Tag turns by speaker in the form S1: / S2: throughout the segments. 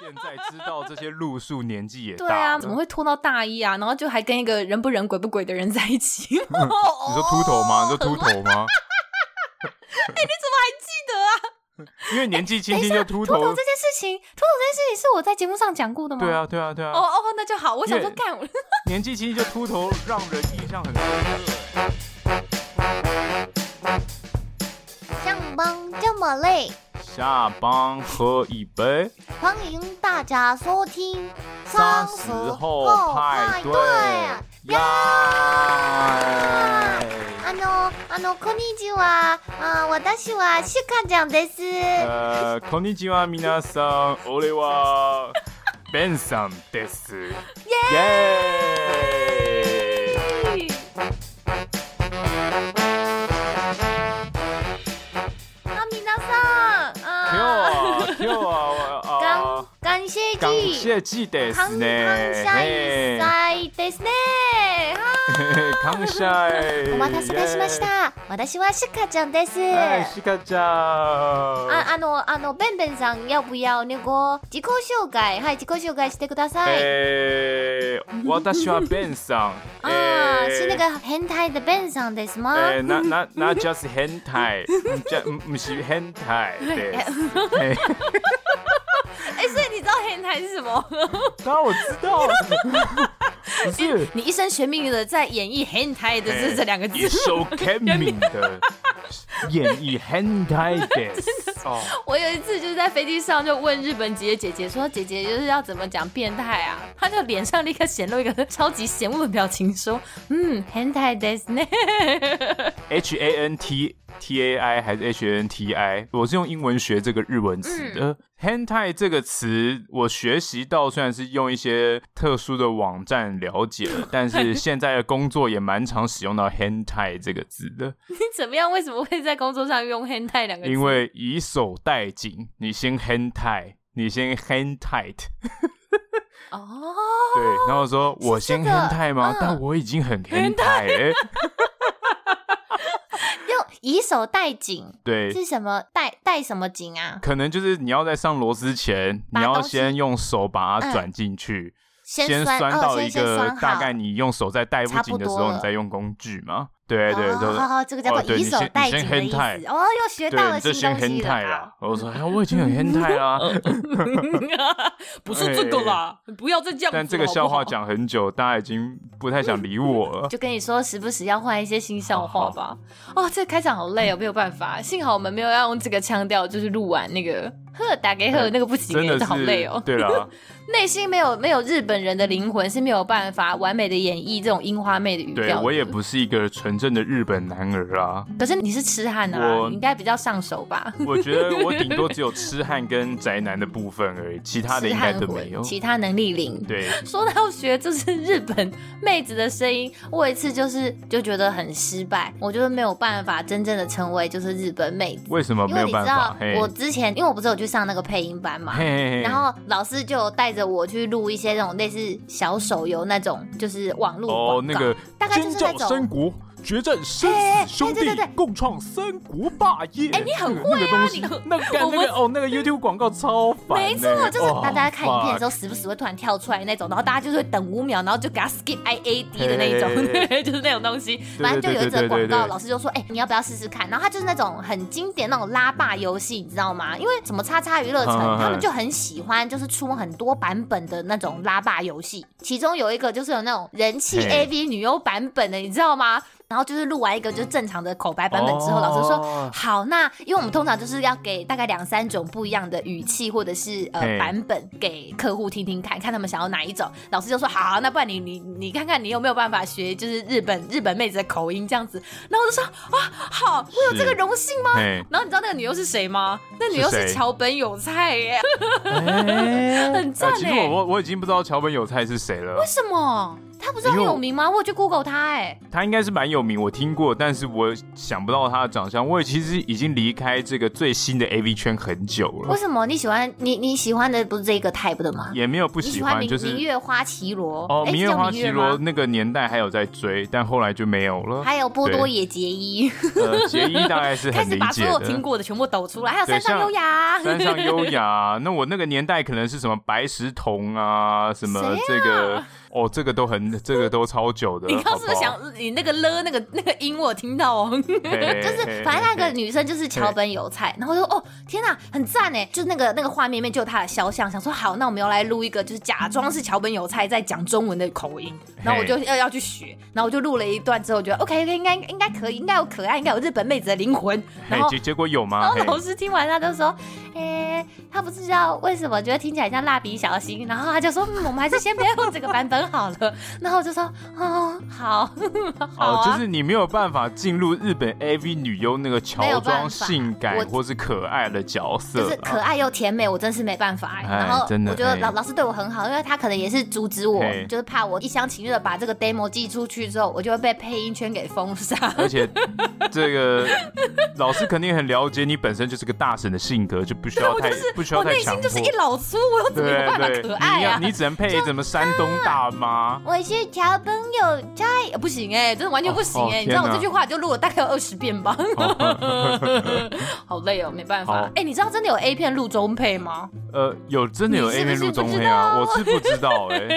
S1: 现在知道这些路数，年纪也大
S2: 对
S1: 了。
S2: 啊，怎么会拖到大一啊？然后就还跟一个人不人鬼不鬼的人在一起？你
S1: 你
S2: 说
S1: 说秃头
S2: 哦
S1: 吗？你说秃头 吗？
S2: 哎啊
S1: 因为年纪轻轻就秃
S2: 秃头
S1: 头
S2: 这。件事情，秃头这件事情是我在节目上讲过的吗？
S1: 对。啊，对啊，对
S2: 哦
S1: 啊，
S2: 哦，那就好。我想说，
S1: 因为
S2: 干我
S1: 年纪轻轻就秃头，让人印象很深刻。
S3: 上班这么累，
S1: 下班喝一杯，
S3: 欢迎大家收听
S1: 三
S3: 十
S1: 十后派对
S2: 啊
S1: 呀！
S3: あのあのこんにちは。あ、私はシカちゃんです。
S1: 呃，こんにちは、皆さん、俺はベンさんです。耶！
S2: 累。阿米娜桑
S1: 今日
S2: 啊，
S1: は今日はあ
S3: 感感谢
S1: 感
S3: 祭，
S1: 謝祭で
S3: 感
S1: す
S3: 感
S1: ね。
S3: 謝祭ですね。
S1: 感謝。
S3: お待たせいたしまし。た。私はシカちゃんです。
S1: 哎，西卡ちゃん。
S3: ああの、あの、ベンベンさん、要不要那个自己紹介、はい、自己紹介してください。
S1: えー、私はベンさん。
S3: 啊，
S1: えー
S3: 是那个変态的 Ben 上的吗？
S1: えー、な、な、な、just 変態。じゃ、ん不是変態です。 えー
S2: 哎，所以你知道黑台是什么？
S1: 当然我知道。 不是，
S2: 你一生全命的在演绎黑台的这这两个字。
S1: 一生懸命的演绎変態です。哦，
S2: 我有一次就是在飞机上就问日本籍的姐姐说：“姐姐就是要怎么讲变态啊？”她就脸上立刻显露一个 超级嫌恶的表情，说：“嗯，変態ですね。
S1: H A N T T A I 还是 H A N T I？我是用英文学这个日文词
S2: 嗯
S1: 的。hentai 这个词，我学习到虽然是用一些特殊的网站了解了，但 是现在的工作也蛮常使用到 hentai 这个字的，
S2: 你怎么样？为什么会在工作上用変態两个字？
S1: 因为以手代紧，你先 hentai，你先 hentai。
S2: 哦，
S1: 对，然后说我
S3: 是这
S1: 先
S3: 个
S1: hentai 吗？
S3: 嗯
S1: 但我已 经很 hentai 了。
S3: 用以手代景
S1: 对，
S3: 是什么？代代什么景啊？
S1: 可能就是你要在上螺丝前，你
S3: 把
S1: 要
S3: 东西
S1: 先用手把它
S3: 嗯
S1: 转进去，
S3: 先
S1: 酸
S3: 哦，
S1: 到
S3: 先
S1: 一
S3: 先
S1: 个
S3: 酸好。
S1: 大概你用手在带不
S3: 差
S1: 紧
S3: 不
S1: 的时
S3: 多
S1: 候，
S3: 了
S1: 你再用工具嘛。对对
S3: 哦
S1: 对，
S3: 好好，这个叫
S1: 哦
S3: 做
S1: 对
S3: 以
S1: 你
S3: 手
S1: 先
S3: 代
S1: 你
S3: 景
S1: 先
S3: 的意思
S1: hentai。
S3: 哦，又学到
S1: 对，
S3: 了
S1: 你这
S3: 新
S1: 先
S3: 东西
S1: hentai 啦
S3: 了。。
S1: 我说，哎，我已经很 hentai 啦。
S2: 不是这个啦，不要再这样子
S1: 哎但这个笑话，讲很久，大家已经不太想理我 了。
S2: 就跟你说，时不时要换一些新笑话吧。哦，这个开场好累哦，没有办法。幸好我们没有要用这个腔调，就是录完那个呵打给呵
S1: 对
S2: 那个不行
S1: 哎真的
S2: 欸，这
S1: 是
S2: 好累哦。
S1: 对啦，
S2: 内心没有没有日本人的灵魂是没有办法完美的演绎这种樱花妹的语
S1: 对
S2: 调的。
S1: 我也，不是一个纯正的日本男儿啊。
S2: 可是你是痴汉啊，
S1: 我
S2: 你应该比较上手吧？
S1: 我觉得我顶多只有痴汉跟宅男的部分而已，其他的
S2: 痴
S1: 应该
S2: 汉
S1: 都没有
S2: 魂，。其他能力零。
S1: 哦对，
S2: 说到学，就是日本妹子的声音，我有一次就是就觉得很失败，我就是没有办法真正的成为就是日本妹子，
S1: 为什么哦没
S3: 因为
S1: 有
S3: 你
S1: 办
S3: 知道
S1: 法？嘿，
S3: 我之前，因为我不是有去上那个配音班嘛，
S1: 嘿嘿嘿
S3: 然后老师就有带着我去录一些那种类似小手游那种，就是网络广告
S1: 哦，那个
S3: 大概就是那
S1: 尖叫
S3: 种
S1: 三国决战生
S3: 哎哎哎
S1: 死兄弟
S3: 对对对，
S1: 共创三国霸业。哎，
S2: 你很
S3: 啊
S1: 那个东
S2: 你
S1: 西
S2: 很，
S1: 那干
S2: 我
S1: 那
S2: 不
S1: 个哦，那个 YouTube 广告超烦欸。
S2: 没错
S3: 就是
S1: 哇
S3: 大家在看影片的
S1: fuck
S3: 时候，时不时会突然跳出来那种，然后大家就是会等五秒，然后就给他 skip i a d 的那一
S1: 嘿嘿嘿
S2: 种，就是那种东西。
S1: 对
S3: 反正就有
S1: 对
S3: 一则
S1: 对对
S3: 广
S1: 对
S3: 告，
S1: 对
S3: 老师就说：“哎、你要不要试试看？”然后它就是那种很经典那种拉霸游戏，你知道吗？因为什么叉叉娱乐城
S1: 嗯嗯嗯，
S3: 他们就很喜欢，就是出很多版本的那种拉霸游戏。其中有一个就是有那种人气
S1: 嘿
S3: AV 女优版本的，你知道吗？然后就是录完一个就是正常的口白版本之后，老师说。
S1: 哦
S3: 好，那因为我们通常就是要给大概两三种不一样的语气或者是
S1: 嘿
S3: 呃版本给客户听听看，看他们想要哪一种。老师就说好，那不然你你你看看你有没有办法学就是日本日本妹子的口音这样子。然后我就说啊，好，我有这个荣幸吗？
S1: 嘿，
S2: 然后你知道那个女优是谁吗？那女优
S1: 是
S2: 是
S1: 谁
S2: 桥本有菜耶，
S1: 哎
S2: 很赞
S1: 呃其实
S2: 欸
S1: 我我我已经不知道桥本有菜是谁了
S2: 为。什么？
S3: 他不是很
S1: 因为我
S3: 有名吗？我有去 Google 他哎、
S1: 他应该是蛮有名，我听过，但是我想不到他的长相。我也其实已经离开这个最新的 AV 圈很久
S3: 为
S1: 了，
S3: 什么你喜欢你你喜欢的不是这个 type 的吗？
S1: 也没有不
S3: 你
S1: 喜
S3: 喜欢
S1: 欢，
S3: 明、
S1: 就是
S3: 明月花绮罗
S1: 哦，
S3: 诶
S1: 明月
S3: 是叫
S1: 花绮罗
S3: 吗
S1: 那个年代还有在追，但后来就没有了。
S3: 还有波多
S1: 对
S3: 野结衣，
S1: 呃，结衣大概是
S3: 开
S1: 很
S3: 始
S1: 理
S3: 把所
S1: 解
S3: 有听
S1: 的。
S3: 过的全部抖出来，还有
S1: 对
S3: 山上
S1: 像
S3: 优雅，
S1: 山上优雅，那我那个年代可能是什么白石童啊，什么
S3: 谁
S1: 这
S3: 啊
S1: 个、哦，这个都很，这个都超久的。
S4: 你刚刚是不是
S1: 好
S4: 想你那个了那个那个音我有听到哦？
S1: 不好？就
S3: 就是反正那个女生就是桥本有菜，然后就哦天哪，很赞哎！就那个那个画面里面就有她的肖像，想说好，那我们要来录一个就是假装是桥本有菜在讲中文的口音，然后我就要要去学，然后我就录了一段之后，我觉得 OK OK 应该应该可以，应该有可爱，应该有日本妹子的灵魂。然
S1: 嘿
S3: 后
S1: 结结果有
S3: 然
S1: 吗？
S3: 后
S1: 嘿
S3: 老师听完他就说，诶、他不知道为什么觉得听起来像蜡笔小新，然后他就说，嗯，我们还是先不要用这个版本好了。 然后我就说，哦，好， 好
S1: 哦，
S3: 啊。
S1: 就是你没有办法进入日本 AV 女优那个乔装性
S3: 没有
S1: 感
S3: 办法我
S1: 或是可爱的角色、啊，
S3: 就是可爱又甜美，我真是没办法、欸。
S1: 哎
S3: 然后
S1: 真的
S3: 我觉得
S1: 哎
S3: 老老师对我很好，因为他可能也是阻止我
S1: 嘿，
S3: 就是怕我一厢情愿的把这个 demo 寄出去之后，我就会被配音圈给封杀。
S1: 而且这个老师肯定很了解你本身就是个大神的性格，就不需要
S4: 我
S1: 太、
S4: 就是
S1: 不需
S4: 我
S1: 要太
S4: 内
S1: 强
S4: 心
S1: 迫。
S4: 就是一老粗，我又怎么有
S1: 对
S4: 办法
S1: 对，
S4: 可
S1: 你
S4: 爱
S1: 要
S4: 啊？
S1: 你只能配怎么山东大妈。
S3: 我是桥本有菜，
S4: 哎不行哎、真的完全不行
S1: 哦
S4: 哎、
S1: 哦
S4: 你知道我
S1: 天哪
S4: 这句话就录了大概有二十遍吧， 好累哦，没办
S1: 好
S4: 法。
S3: 哎、你知道真的有 A 片录中配吗？
S1: 呃，有真的有
S4: 你是
S1: A
S4: 不是
S1: 片路中黑啊？我是不知道 哎、
S4: 因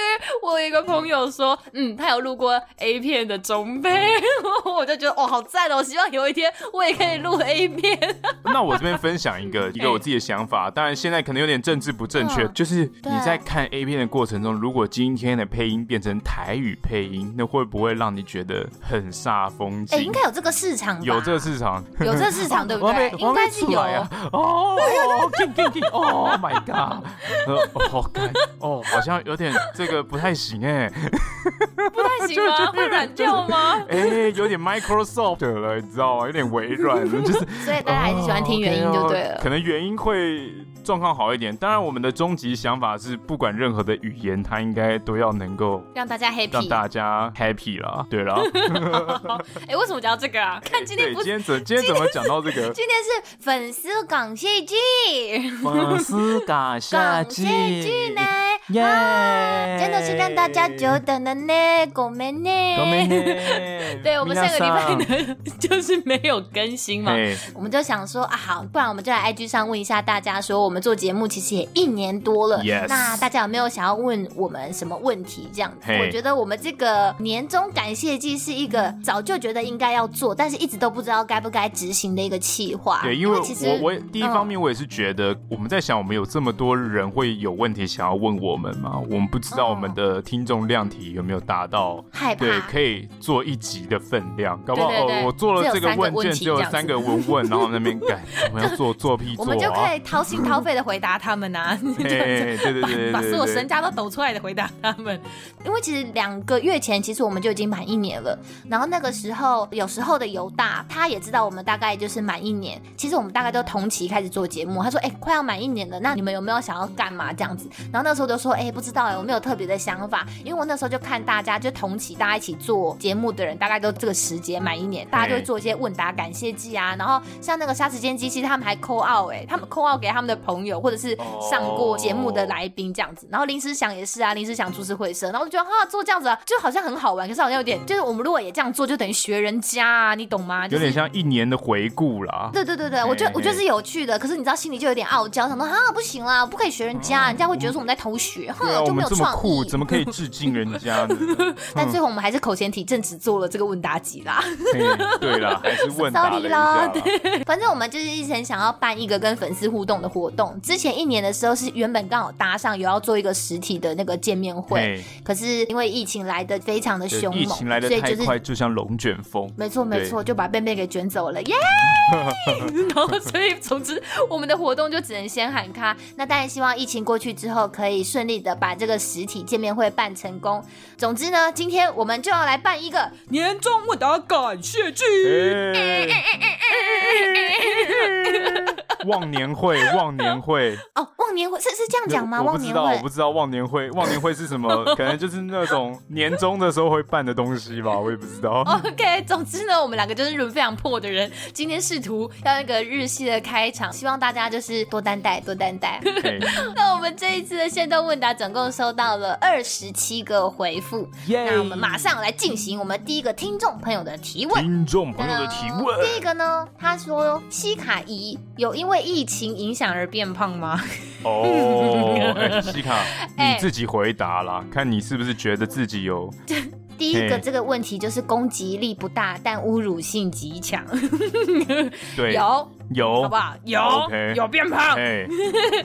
S4: 为我有一个朋友说，嗯，他有录过 A 片的中配，
S3: 嗯
S4: 我就觉得哦，好赞哦！希望有一天我也可以录 A 片。
S1: 那我这边分享一个一个我自己的想法，当然现在可能有点政治不正确，
S3: 哎嗯
S1: 就是
S3: 对
S1: 你在看 A 片的过程中，如果今天的配音变成台语配音，那会不会让你觉得很煞风
S3: 哎、
S1: 景？
S3: 应该有这个市场吧？
S1: 有这个市场，
S3: 有这个 市场对不对？应该是有。
S1: 啊！哦，king king king！哦，My God！呃哦，好干哦，好像有点这个不太行哎、
S4: 不太行 吗？会软掉吗？
S1: 哎、有点 Microsoft 了，你知道吗？有点微软了，就是
S3: 所以大家还是喜欢听原音
S1: 哦
S3: 就对
S1: ，OK 哦
S3: 了。
S1: 可能原音会状况好一点。当然，我们的终极想法是，不管任何的语言，它应该都要能够
S3: 让大家
S1: 让
S3: happy，
S1: 大家 happy 啦。对啦，
S4: 哎、为什么讲到这个啊？看今天
S1: 对，
S4: 不
S1: 今
S4: 是
S1: 天怎今天怎么讲到这 个？
S3: 今天是粉丝港戏剧，
S1: 粉丝感
S3: 港戏剧呢，
S1: 耶！
S3: 真的是让大家久等了呢，狗妹呢，
S1: ごめんね。
S4: 对我们下个礼
S1: 皆さ
S4: 拜呢， 就是没有更新
S1: ん。
S4: 嘛。
S1: 嘿
S3: 我们就想说啊，好，不然我们就来 IG 上问一下大家说，我们做节目其实也一年多了
S1: Yes
S3: 那大家有没有想要问我们什么问题？这样子
S1: Hey
S3: 我觉得我们这个年终感谢季是一个早就觉得应该要做，但是一直都不知道该不该执行的一个企划。
S1: 对，因
S3: 因
S1: 为
S3: 啊其实
S1: 我我也第一方面我也是觉得，我们在想，我们有这么多人会有问题想要问我们嘛，我们不知道我们的听众量体有没有达到。
S3: 害怕
S1: 对，可以做啊一集的分量，搞不好
S4: 对对对
S1: 哦，我做了这个问卷
S3: 只
S1: 只
S3: 有
S1: 有
S3: 三
S1: 三
S3: 个
S1: 个文问，然后那边 改，我们要做做屁
S3: 我
S1: 做
S3: 们就可
S1: 啊，
S3: 以掏心掏肺的回答他们啊呐、
S1: 嘿对对对对
S4: 把所有
S1: 对
S4: 身
S1: 对，
S4: 家都抖出来的回答他们，
S3: 因为其实两个月前，其实我们就已经满一年了。然后那个时候，有时候的犹大他也知道我们大概就是满一年。其实我们大概都同期开始做节目。他说：“哎、快要满一年了，那你们有没有想要干嘛这样子？”然后那时候就说：“哎、不知道哎、我没有特别的想法。”因为我那时候就看大家就同期大家一起做节目的人，大概都这个时节满一年，大家就会做一些问答感谢祭啊。然后像那个杀时间机器，他们还扣 out 哎、他们扣 out 给他们的朋友或者是上过节目的来。
S1: 哦
S3: 来宾这样子，然后临时想也是啊，临时想株式会社，然后我就觉得哈、做这样子、啊、就好像很好玩，可是好像有点，就是我们如果也这样做，就等于学人家、啊，你懂吗？就
S1: 有
S3: 是
S1: 点像一年的回顾啦。
S3: 对对对对，我觉得我觉得是有趣的，可是你知道心里就有点傲娇，想说哈不行啦，不可以学人家，啊人家会觉得说我们在偷学，哼
S1: 对啊，我
S3: 就没
S1: 们
S3: 有
S1: 这么
S3: 创
S1: 酷，
S3: 意。
S1: 怎么可以致敬人家 呢？
S3: 但最后我们还是口嫌体正直做了这个问答集啦。
S1: 嘿对啦，还是问答了一下啦
S3: Sorry 啦反正我们就是一直很想要办一个跟粉丝互动的活动。之前一年的时候是原本刚好搭上有要做一个实体的那个见面会，
S1: 嘿
S3: 可是因为疫情来的非常的
S1: 对
S3: 凶猛，
S1: 疫情来的
S3: 所以
S1: 太
S3: 就是
S1: 快，就像龙卷 风。
S3: 没错没错，就把贝贝给卷走了耶！
S4: 然后所以总之我们的活动就只能先喊卡。
S3: 那当然希望疫情过去之后，可以顺利的把这个实体见面会办成功。总之呢，今天我们就要来办一个
S4: 年终问答感谢剧，
S1: 哎忘年会，忘年会，
S3: 哦，忘年会是是这样讲吗？
S1: 我
S3: 忘
S1: 不知
S3: 年
S1: 道，我
S3: 会
S1: 不知道忘年会，忘年会是什 么？可能就是那种年终的时候会办的东西吧，我也不知道。
S3: 哦
S4: 哦 OK，
S3: 总之呢，我们两个就是人非常破的人，今天试图要一个日系的开场，希望大家就是多担待，多 担待。
S1: 嘿
S3: 那我们这一次的线动问答总共收到了二十七个回复，
S1: 耶
S3: 那我们马上来进行我们第一个听众朋友的提问。
S1: 听众朋友的提问，
S3: 第一个呢，他说西卡怡有因为疫情影响而变胖吗？
S1: 哦，哎，西卡，
S3: 哎
S1: 你自己回答啦，看你是不是觉得自己有
S3: 第一个
S1: 嘿
S3: 这个问题就是攻击力不大，但侮辱性极强，
S1: 对
S4: 有，
S1: 有
S4: 好不好？有
S1: OK
S4: 有变胖，
S1: 哎，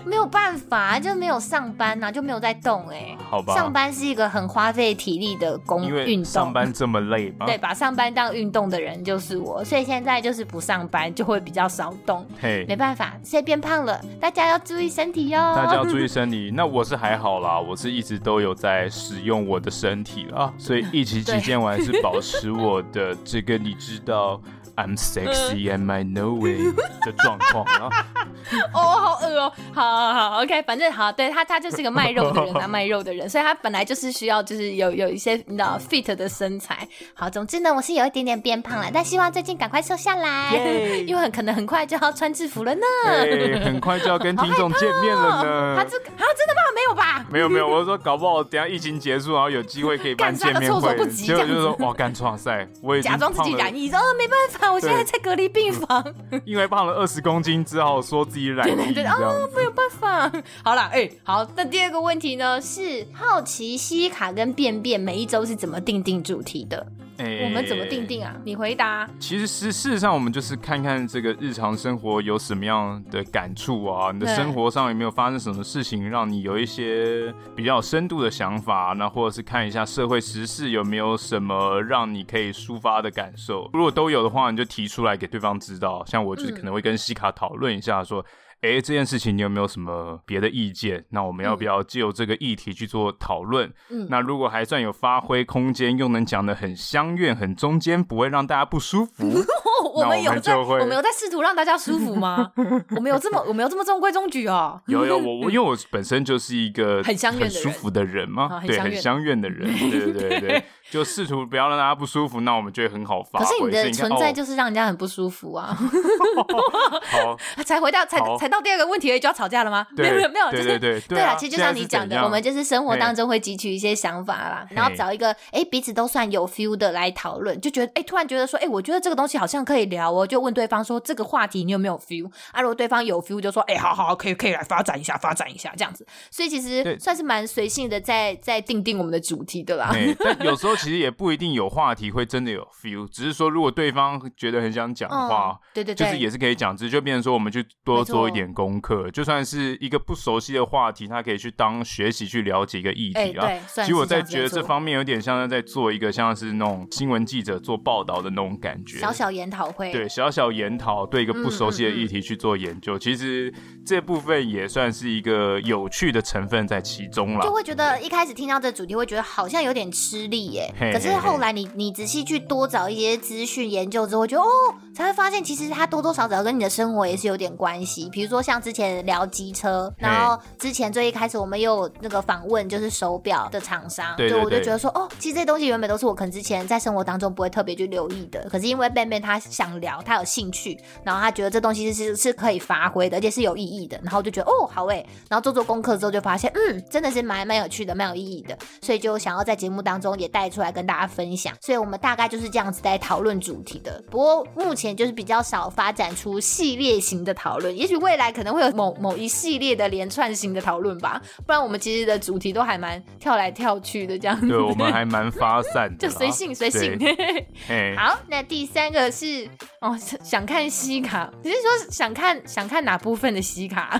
S3: 没有办法，就没有上班啊呐、就没有在动哎、
S1: 好吧，
S3: 上班是一个很花费体力的工
S1: 因
S3: 运
S1: 为
S3: 动，
S1: 上班啊这么累嘛，
S3: 对，把上班当运动的人就是我，所以现在就是不上班就会比较少动，
S1: 嘿
S3: 没。办法，现在变胖了，大家要注意身体
S4: 哦
S3: 哟。
S1: 大家要注意身体。那我是还好啦，我是一直都有在使用我的身体 啦，所以疫情期间我还是保持我的这个你知道 I'm sexy and I know it 的状况啊。
S4: 哦，好饿哦，好好好，OK，反正好，对他，他就是个卖肉的人啊，卖肉的人，所以他本来就是需要，就是有有一些你知道 fit 的身材，
S3: 好，总之呢，我是有一点点变胖了，但希望最近赶快瘦下来，
S4: 哎
S1: 耶
S3: 因为很可能很快就要穿制服了呢。
S1: 对，哎很快就要跟听众见面了
S4: 他
S1: 呢。
S4: 这个啊，真的吗？没有吧？
S1: 没有没有，我是说搞不好等一下疫情结束，然后有机会可以办
S4: 干杀
S1: 见
S4: 个
S1: 面
S4: 措手
S1: 会
S4: 不，及
S1: 结果
S4: 这样
S1: 就是说
S4: 子
S1: 哇干哇塞，我已 经
S4: 假装自己
S1: 胖了
S4: 染疫，哦，没办法，我现在
S1: 对
S4: 在隔离病房，
S1: 因为胖了二十公斤，只好说自己染疫这
S4: 对
S1: 样
S4: 啊
S1: 子。
S4: 没有办法。好啦，哎、好，那第二个问题呢？
S3: 是好奇西卡跟便便每一周是怎么定定主题的？
S1: 我
S3: 我们怎么定定啊？
S4: 你回答，
S1: 其实事事实上，我们就是看看这个日常生活有什么样的感触啊，你的
S4: 对
S1: 生活上有没有发生什么事情让你有一些比较有深度的想法？那或者是看一下社会时事有没有什么让你可以抒发的感受？如果都有的话，你就提出来给对方知道。像我就是可能会跟西卡讨论一下说。哎，这件事情你有没有什么别的意见？那我
S4: 嗯
S1: 们要不要借由这个议题去做讨论？那如果还算有发挥空间，又能讲的很相悦、很中间，不会让大家不 舒服，
S4: 哦，我
S1: 那
S4: 们
S1: 我
S4: 有
S1: 们
S4: 在，
S1: 就会
S4: 我们有在试图让大家舒服吗？我们有这么，我们有这么中规中矩哦。
S1: 有有我我因为我本身就是一个
S4: 很相怨的人
S1: 舒服的人嘛
S4: 啊，很
S1: 对，
S4: 相
S1: 很
S4: 怨
S1: 相怨 的人，对对对对，就试图不要让大家不舒服，那我们就会很好发
S4: 可 是
S1: 挥。
S4: 你
S1: 所
S4: 的
S1: 以看
S4: 存在
S1: 哦
S4: 就是让人家很不舒服啊！
S1: 好，
S4: 才回到才
S1: 好
S4: 才到第二个问题而已就要吵架了吗？没
S1: 对
S4: 有没有没有，就
S1: 对
S4: 是
S1: 对对
S3: 对
S1: 啊，
S3: 啊，其实就像你讲的，我们
S1: 就
S3: 就是生活当中会汲取一些想法啦，然后找一个哎彼此都算有 feel 的来讨论，就觉得哎突然觉得说哎我觉得这个东西好像可以聊哦，就问对方说这个话题你有没有 feel 啊？如果对方有 feel 就说哎好好可以可以来发展一下发展一下这样子，所以其
S1: 对
S3: 实算是蛮随性的在在定定我们的主题的啦。
S1: 哎，但有时候其实也不一定有话题会真的有 feel，只是说如果对方觉得很想讲的话，
S3: 嗯，对对
S1: 就
S3: 对，
S1: 是也是可以讲，只是就变成说我们去多
S3: 没错
S1: 做一点功课，就算是一个不熟悉的话题，他可以去当学习去了解一个议
S3: 哎、
S1: 题啊。
S3: 对，算
S1: 其实我
S3: 是
S1: 在
S3: 样子
S1: 觉得
S3: 没
S1: 这
S3: 错
S1: 方面有点像是在做一个像是那种新闻记者做报道的那种感觉，
S3: 小小研讨会，
S1: 对小小研讨，对一个不熟悉的
S3: 嗯嗯嗯
S1: 议题去做研究，其实这部分也算是一个有趣的成分在其中啦
S3: 就。会觉得一开始听到这主题会觉得好像有点吃力耶，
S1: 嘿
S3: 可是后来你你仔细去多找一些资讯研究之后，觉得哦，才会发现其实它多多少少跟你的生活也是有点关系。比如说像之前聊机车，
S1: 嘿
S3: 然后之前最一开始我们又有那个访问就是手表的厂商，
S1: 对对
S3: 我就
S1: 对
S3: 觉得说哦，其实这些东西原本都是我可能之前在生活当中不会特别去留意的，可是因为贝贝他想聊，他有兴趣，然后他觉得这东西是是可以发挥的，而且是有意义的，然后我就觉得哦好诶，然后做做功课之后就发现，嗯，真的是蛮蛮有趣的，蛮有意义的，所以就想要在节目当中也带出来跟大家分享。所以我们大概就是这样子在讨论主题的，不过目前就是比较少发展出系列型的讨论，也许未来可能会有某某一系列的连串型的讨论吧，不然我们其实的主题都还蛮跳来跳去的这样子。
S1: 对，我们还蛮发散的
S4: 就
S1: 啦，
S4: 随性随性。
S1: 哎，
S3: 好，那第三个是
S4: 哦，想想看西卡，你是说想看想看哪部分的西 卡？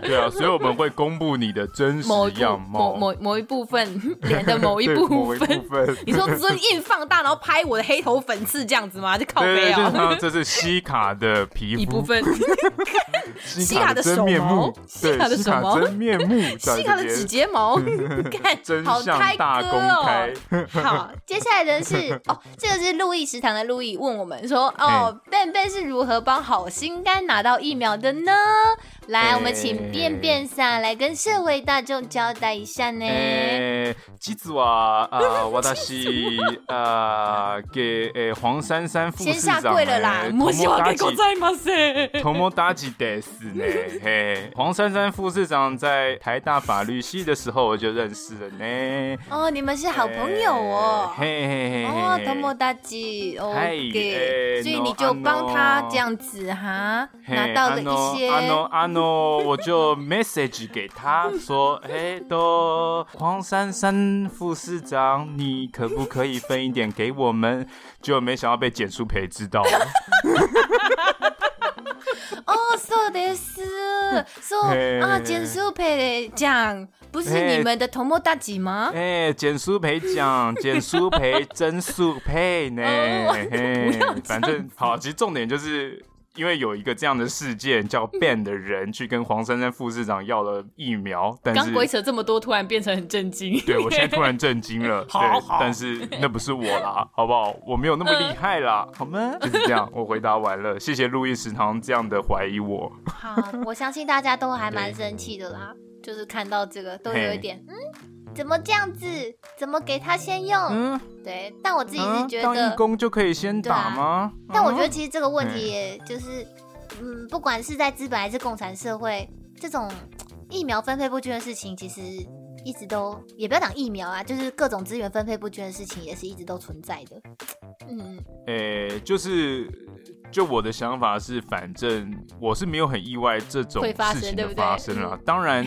S1: 对啊，所以我们会公布你的真实
S4: 某一部
S1: 样
S4: 某
S1: 貌，
S4: 某某一部分脸的某一
S1: 对
S4: 部
S1: 某一
S4: 分。
S1: 部分。
S4: 你说尊印放大，然后拍我的黑头粉刺这样子吗？就靠
S1: 对
S4: 背
S1: 对，就
S4: 哦、
S3: 啊
S1: 是看到这是西卡的皮肤
S2: 啊一部分，
S1: 西卡的真面目，
S2: 西卡的手毛
S1: 对西卡真面目，
S4: 西卡的指
S1: 指
S4: 睫 毛，
S1: 真
S3: 好
S1: 相
S3: 开
S1: 大
S3: 歌
S1: 公
S3: 哦
S1: 开，
S3: 好，接下来的是哦，这个是路易食堂的路易问我们说，哦，便便是如何帮好心肝拿到疫苗的呢？来，
S1: 哎
S3: 我们请便便さん来跟社会大众交代一下呢。
S1: 诶，実は啊，私啊给诶黄珊珊副
S3: 先
S1: 市
S3: 下
S1: 长
S3: 跪了啦
S1: 诶
S2: 申し訳ご
S1: 友達
S2: ざいません。
S1: 友達です呢，嘿，黄珊珊副市长在台大法律系的时候我就认识了呢，
S3: 哦，你们是好朋友哦。
S1: 嘿嘿嘿嘿，
S3: 哦，友達
S1: 嗨
S3: ，OK，
S1: 哎
S3: 所以你
S1: no，
S3: 就帮他
S1: no
S3: 这样子哈，
S1: 嘿
S3: 拿到了一些
S1: あのあのあ の我就 message 给他说，哎，都黄珊珊副市长，你可不可以分一点给我们？结果没想到被简书培知道 了，
S3: 哦，そうです，そう
S1: 嘿
S3: 啊，简素培讲，不是
S1: 嘿
S3: 你们的友達吗？
S1: 哎，简书培讲，简书培真素 配
S3: 哦
S1: 呢，嘿，反正好，其实重点就是。因为有一个这样的事件，叫 Ben 的人去跟黄珊珊副市长要了疫苗，但
S4: 刚
S1: 是
S4: 鬼扯这么多，突然变成很震惊。
S1: 对我现在突然震惊 了，
S2: 好
S1: 对，但是那不是我啦，好不好？我没有那么厉害啦，嗯好吗？ 就是这样，我回答完了，谢谢路易食堂这样的怀疑我。
S3: 好，我相信大家都还蛮生气的 啦，就是看到这个都有一点，嗯，怎么这样子？怎么给他先用？
S1: 嗯，
S3: 对，但我自己是
S1: 嗯
S3: 觉
S1: 当
S3: 得，啊
S1: 义工就可以先打吗？
S3: 但我
S1: 嗯
S3: 觉得其实这个问题也就是，嗯，不管是在资本还是共产社会，这种疫苗分配不均的事情，其实一直都也不要讲疫苗啊，就是各种资源分配不均的事情，也是一直都存在的。嗯，
S1: 诶、就是就我的想法是，反正我是没有很意外这种
S4: 会发生
S1: 事情
S4: 对
S1: 的
S4: 不对
S1: 发生啦。当然，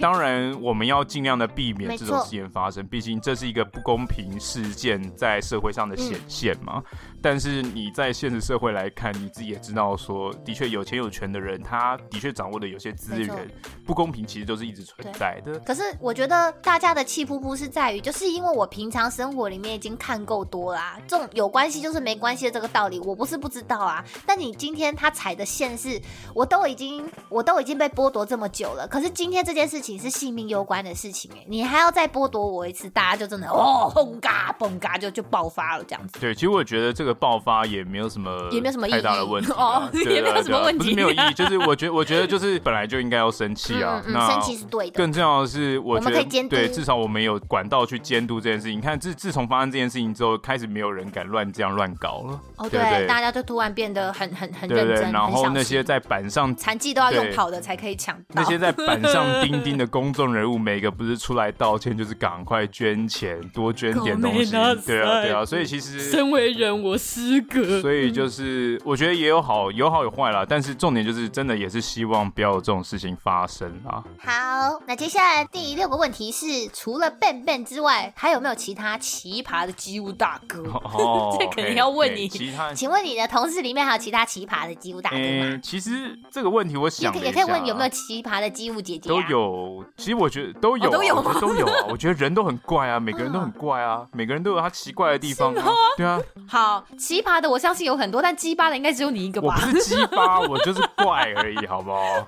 S1: 当然我们要尽量的避免
S3: 没
S1: 这种
S3: 错
S1: 事件发生，毕竟这是一个不公平事件在社会
S3: 嗯
S1: 上的显现嘛。但是你在现实社会来看，你自己也知道说，的确有钱有权的人，他的确掌握的有些资
S3: 没错
S1: 源，不公平其实都是一直存
S3: 对
S1: 在的。
S3: 可是我觉得大家的气噗噗是在于，就是因为我平常生活里面已经看够多啦、这种有关系就是没关系的这个道理，我不是不知道啊。但你今天他踩的线是，我都已经我都已经被剥夺这么久了，可是今天这件事情是性命攸关的事情、欸，你还要再剥夺我一次，大家就真的哦，轰嘎嘣嘎就就爆发了这样子。
S1: 对，其实我觉得这个爆发也没有什么，
S3: 也没有 什么意义
S1: 太大的问题
S4: 哦
S1: 啊对啊
S4: 也没有什么
S1: 对啊
S4: 问题
S1: 不是没有意义，就是我觉得，我觉得就是本来就应该要生气啊
S3: 嗯，嗯嗯，
S1: 那
S3: 生气是对的。
S1: 更重要的是，我
S3: 我
S1: 觉
S3: 们
S1: 得
S3: 可以监督
S1: 对，至少我们有管道去监督这件事情。你看，自自从发生这件事情之后，开始没有人敢乱这样乱搞了，
S3: 哦，
S1: 对
S3: 对
S1: 不对
S3: 大家就突然变得很很很
S1: 对
S3: 认
S1: 不
S3: 真，
S1: 对？
S3: 很
S1: 然后
S3: 小
S1: 那
S3: 心
S1: 些在板上
S3: 残疾都要用
S1: 对
S3: 跑的才可以抢到
S1: 那。些在板上钉钉的公众人物，每个不是出来道歉，就是赶快捐钱，多捐点东西
S2: ごめんなさ。い
S1: 对啊，对啊，所以其实。
S2: 身为人，我失格。
S1: 所以就是，我觉得也有好，有好有坏啦。但是重点就是，真的也是希望不要有这种事情发生 啊。
S3: 好，那接下来第六个问题是，除了笨笨之外，还有没有其他奇葩的机务大哥？
S1: 哦，
S4: 这肯定要问
S1: 嘿嘿
S4: 你
S1: 其 他
S3: 请问你的同事里面还有其他奇葩的机务大哥
S1: 诶、
S3: 吗？
S1: 嗯其实这个问题我
S3: 也
S1: 想
S3: 可
S1: 了
S3: 以
S1: 一
S3: 也可以
S1: 下啊
S3: 问有没有奇葩的机务姐姐、啊？
S1: 都。有，其实我觉得都有、啊
S3: 哦都有嗯
S1: 我觉得都有啊。我觉得人都很怪啊，每个人都很怪啊，每个人都有他奇怪的地方、啊。对 啊，
S4: 好，奇葩的我相信有很多，但鸡巴的应该只有你一个
S1: 我不
S4: 吧？
S1: 是鸡巴，我就是怪而已，好不好？
S4: 哦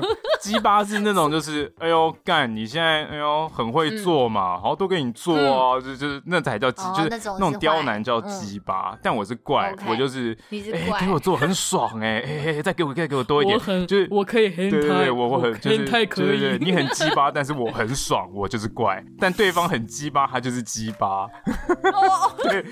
S4: 哦，
S1: 鸡巴是那种就是，哎呦干，你现在哎呦很会做嘛，好都给你做啊，就就是那才叫鸡，
S3: 嗯哦
S1: 就是
S3: 那种是嗯
S1: 种刁难叫鸡巴。但我是怪
S3: OK，
S1: 我就是
S3: 你是
S1: 哎、
S3: 怪
S1: 给我做很爽哎、哎哎哎，再给我再给我多一
S2: 我
S1: 点，
S2: 很，
S1: 就是
S2: 我可以很
S1: 对对
S2: 太，
S1: 对，我我很就是
S2: 很太可
S1: 对
S2: 以。
S1: 对对你很鸡巴，但是我很爽，我就是怪。但对方很鸡巴，他就是鸡巴。
S3: 哦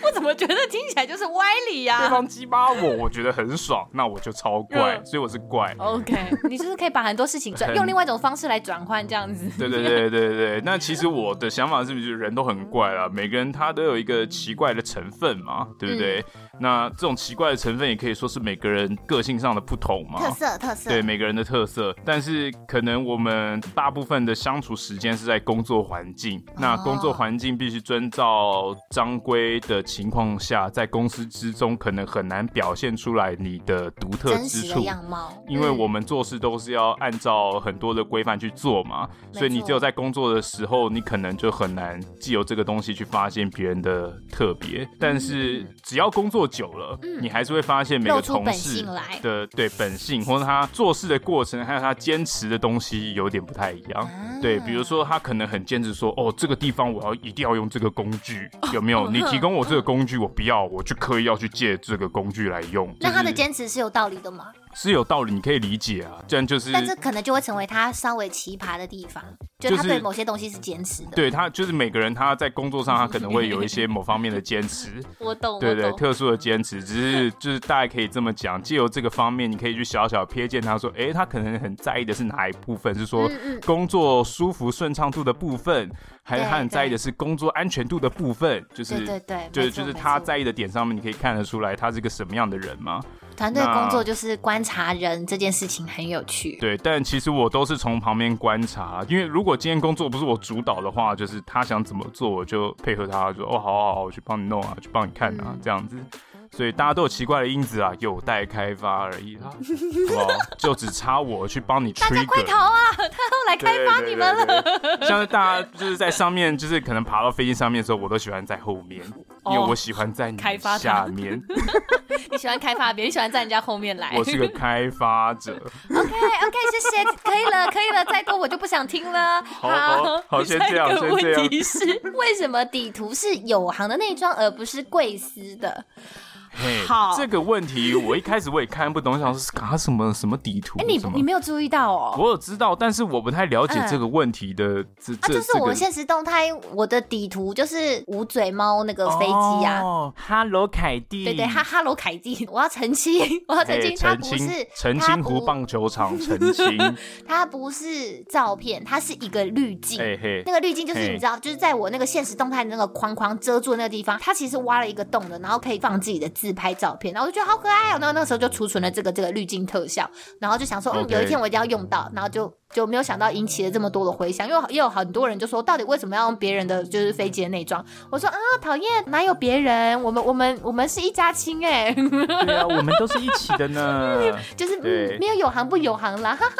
S4: 我怎么觉得听起来就是歪理
S2: 啊
S4: 呀、
S1: 对方鸡巴我，我觉得很爽，那我就超怪，
S4: 嗯
S1: 所以我是怪。
S4: OK，
S3: 你就是可以把很多事情转
S1: 很
S3: 用另外一种方式来转换，这样子。
S1: 对对对对对对，那其实我的想法是不是就是人都很怪啦？每个人他都有一个奇怪的成分嘛，对不
S3: 嗯
S1: 对？那这种奇怪的成分也可以说是每个人个性上的不同嘛，
S3: 特色特色
S1: 对，每个人的特色，但是可能我们大部分的相处时间是在工作环
S3: 哦
S1: 境，那工作环境必须遵照章规的情况下，在公司之中可能很难表现出来你的独特
S3: 真
S1: 之
S3: 实的
S1: 处。
S3: 样貌，
S1: 因为我们做事都是要按照很多的规范去做嘛，
S3: 没
S1: 所以你
S3: 错
S1: 只有在工作的时候，你可能就很难既有这个东西去发现别人的特别。但是只要工作久了，你还是会发发现每个
S3: 嗯露出
S1: 同
S3: 本
S1: 事
S3: 性来
S1: 的对本性，或者他做事的过程，还有他坚持的东西有点不太一
S3: 啊
S1: 样。对，比如说他可能很坚持说，哦，这个地方我要一定要用这个工具，有没有？ 你提供我这个工具，我不要，我就刻意要去借这个工具来用。
S3: 那他
S1: 就
S3: 的
S1: 是
S3: 坚持是有道理的吗？
S1: 是有道理，你可以理解啊。这样就是，
S3: 但这可能就会成为他稍微奇葩的地方，就
S1: 就是
S3: 他对某些东西是坚持的。
S1: 对他就是每个人他在工作上他可能会有一些某方面的坚 持，
S4: 我懂，我
S1: 对对，
S4: 懂。
S1: 特殊的坚持，只是就是大家可以这么讲，借由这个方面，你可以去小小瞥见他说，诶，他可能很在意的是哪一部分？是说工作舒服顺畅度的部分，还是
S3: 嗯对
S1: 他很在意
S3: 对
S1: 的是工作安全度的部分？就是
S3: 对对对
S1: 就是
S3: 没错
S1: 就是
S3: 没
S1: 他
S3: 错
S1: 在意的点上面，你可以看得出来他是个什么样的人吗？
S3: 团队
S1: 那
S3: 工作就是观察人这件事情很有趣。
S1: 对，但其实我都是从旁边观察，啊因为如果今天工作不是我主导的话，就是他想怎么做，我就配合他，就哦，好好好，我去帮你弄啊，去帮你看啊，
S3: 嗯
S1: 这样子。所以大家都有奇怪的因子啊，有待开发而已 啦，好不好？就只差我去帮你 trigger。
S3: 快逃啊！ 他后来开发你们了。
S1: 了。像是大家就是在上面，就是可能爬到飞机上面的时候，我都喜欢在后面，因为
S2: 哦
S1: 我喜欢在你
S2: 开发它
S1: 下 面。
S4: 你喜欢开发别人，喜欢在人家后面来。
S1: 我是个开发者。
S3: OK OK，谢谢，可以了， 可以了，再多我就不想听了。
S1: 好好好，先这样，
S2: 下
S1: 先
S2: 一个
S1: 这样
S2: 问。题是，
S3: 为什么底图是有行的内装，而不是贵司的？
S1: 嘿
S2: 好
S1: 这个问题我一开始我也看不懂，想说是搞什么什么底图？
S3: 哎，你
S1: 什么
S3: 你没有注意到哦。
S1: 我有知道，但是我不太了解这个问题的这
S3: 啊，
S1: 这
S3: 就是
S1: 这
S3: 我
S1: 个
S3: 现实动态，我的底图就是捂嘴猫那个飞机啊。
S1: 哦，Hello 凯蒂，
S3: 对对，哈哈罗凯蒂， 我要澄清，我要澄
S1: 嘿
S3: 清，它
S1: 哎澄
S3: 不是
S1: 清，澄
S3: 它
S1: 清湖
S3: 不
S1: 棒球 场，澄清，
S3: 它不是照片，它是一个滤镜。
S1: 嘿嘿
S3: 那。个滤镜就是
S1: 嘿
S3: 你知道，就是在我那个现实动态的那个框框遮住的那个地方，它其实挖了一个洞的，然后可以放自己的自拍照片，然后我就觉得好可爱哦、然后那个时候就储存了这个这个滤镜特效，然后就想说，嗯，
S1: OK
S3: 有一天我一定要用到，然后就就没有想到引起了这么多的回响，因为也有很多人就说，到底为什么要用别人的就是飞机的内装？我说啊，讨厌，哪有别人？我们我们我们是一家亲哎、
S1: 对啊，我们都是一起的呢。
S3: 就是、
S1: 对
S3: 嗯、没有有行不有行啦，哈哈，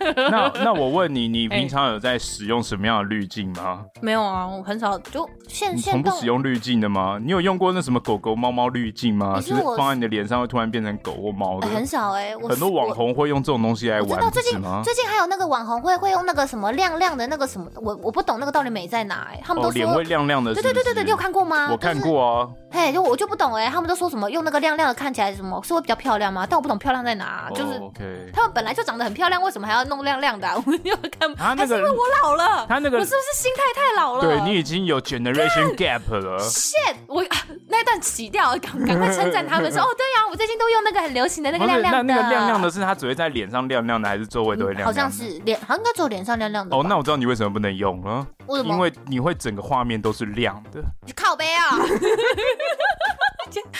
S1: 那那我问你，你
S2: 哎
S1: 平常有在使用什么样的滤镜吗？
S3: 没有啊，我很少就 现
S1: 你
S3: 现
S1: 从不嗯
S3: 动。
S1: 使用滤镜的吗？你有用过那什么狗狗、猫猫滤镜吗？
S3: 你说
S1: 就是
S3: 哎我
S1: 放在你的脸上会突然变成狗或猫的
S3: 呃。很少哎、我
S1: 很多网
S3: 我
S1: 红会用这种东西来
S3: 我
S1: 玩
S3: 知道，最
S1: 不是
S3: 近
S1: 吗？
S3: 最近还有那个网红会会用那个什么亮亮的那个什么，我我不懂那个到底美在哪、欸，他们
S1: 哦，
S3: 都
S1: 脸
S3: 说。
S1: 会亮亮的
S3: 对对对对对，你有看过吗？
S1: 我看。过啊，
S3: 就是、嘿，就我就不懂哎、他们都说什么用那个亮亮的看起来什么是会比较漂亮吗？但我不懂漂亮在哪，就是、
S1: 哦 OK。
S3: 他们本来就长得很漂亮，为什么还要弄亮亮的、啊？我就看，
S1: 他那
S3: 还是因为
S1: 个，
S3: 我老了，
S1: 他那个
S3: 我是不是心态太老了？
S1: 对你已经有 generation gap 了。
S3: shit，我啊那一段洗掉，赶赶快称赞 他们说哦，对呀、我最近都用那个很流行的那个
S1: 不
S3: 亮
S1: 是
S3: 亮
S1: 那
S3: 的，
S1: 哦那个亮亮的是它只会在脸上亮亮的，还是周围都会亮亮的？
S3: 好像。是脸，好像应该只有脸上亮亮的吧。
S1: 哦，那我知道你为什么不能用了，
S3: 为什么
S1: 因为你会整个画面都是亮 的。
S3: 靠背啊、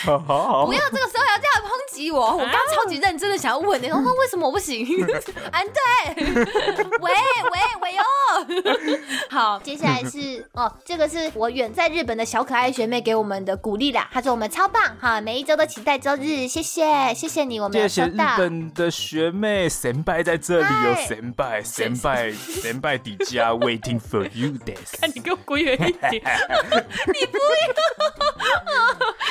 S1: 好好好
S3: 不，要这个时候还要这样抨击我，我刚刚超级认真的想要
S1: 哎
S3: 问你，然后为什么我 不行？安对， 喂喂喂哟， 好，接下来是哦，这个是我远在日本的小可爱学妹给我们的鼓励啦，她说我们超棒哈，每一周都期待周日，谢谢谢谢你，我们有
S1: 谢
S3: 收
S1: 谢日
S3: 到。
S1: 本的学妹神拜在这里有
S3: 嗨
S1: 神拜神 拜神拜底加 waiting for you this。
S2: 你给我滚远一 点！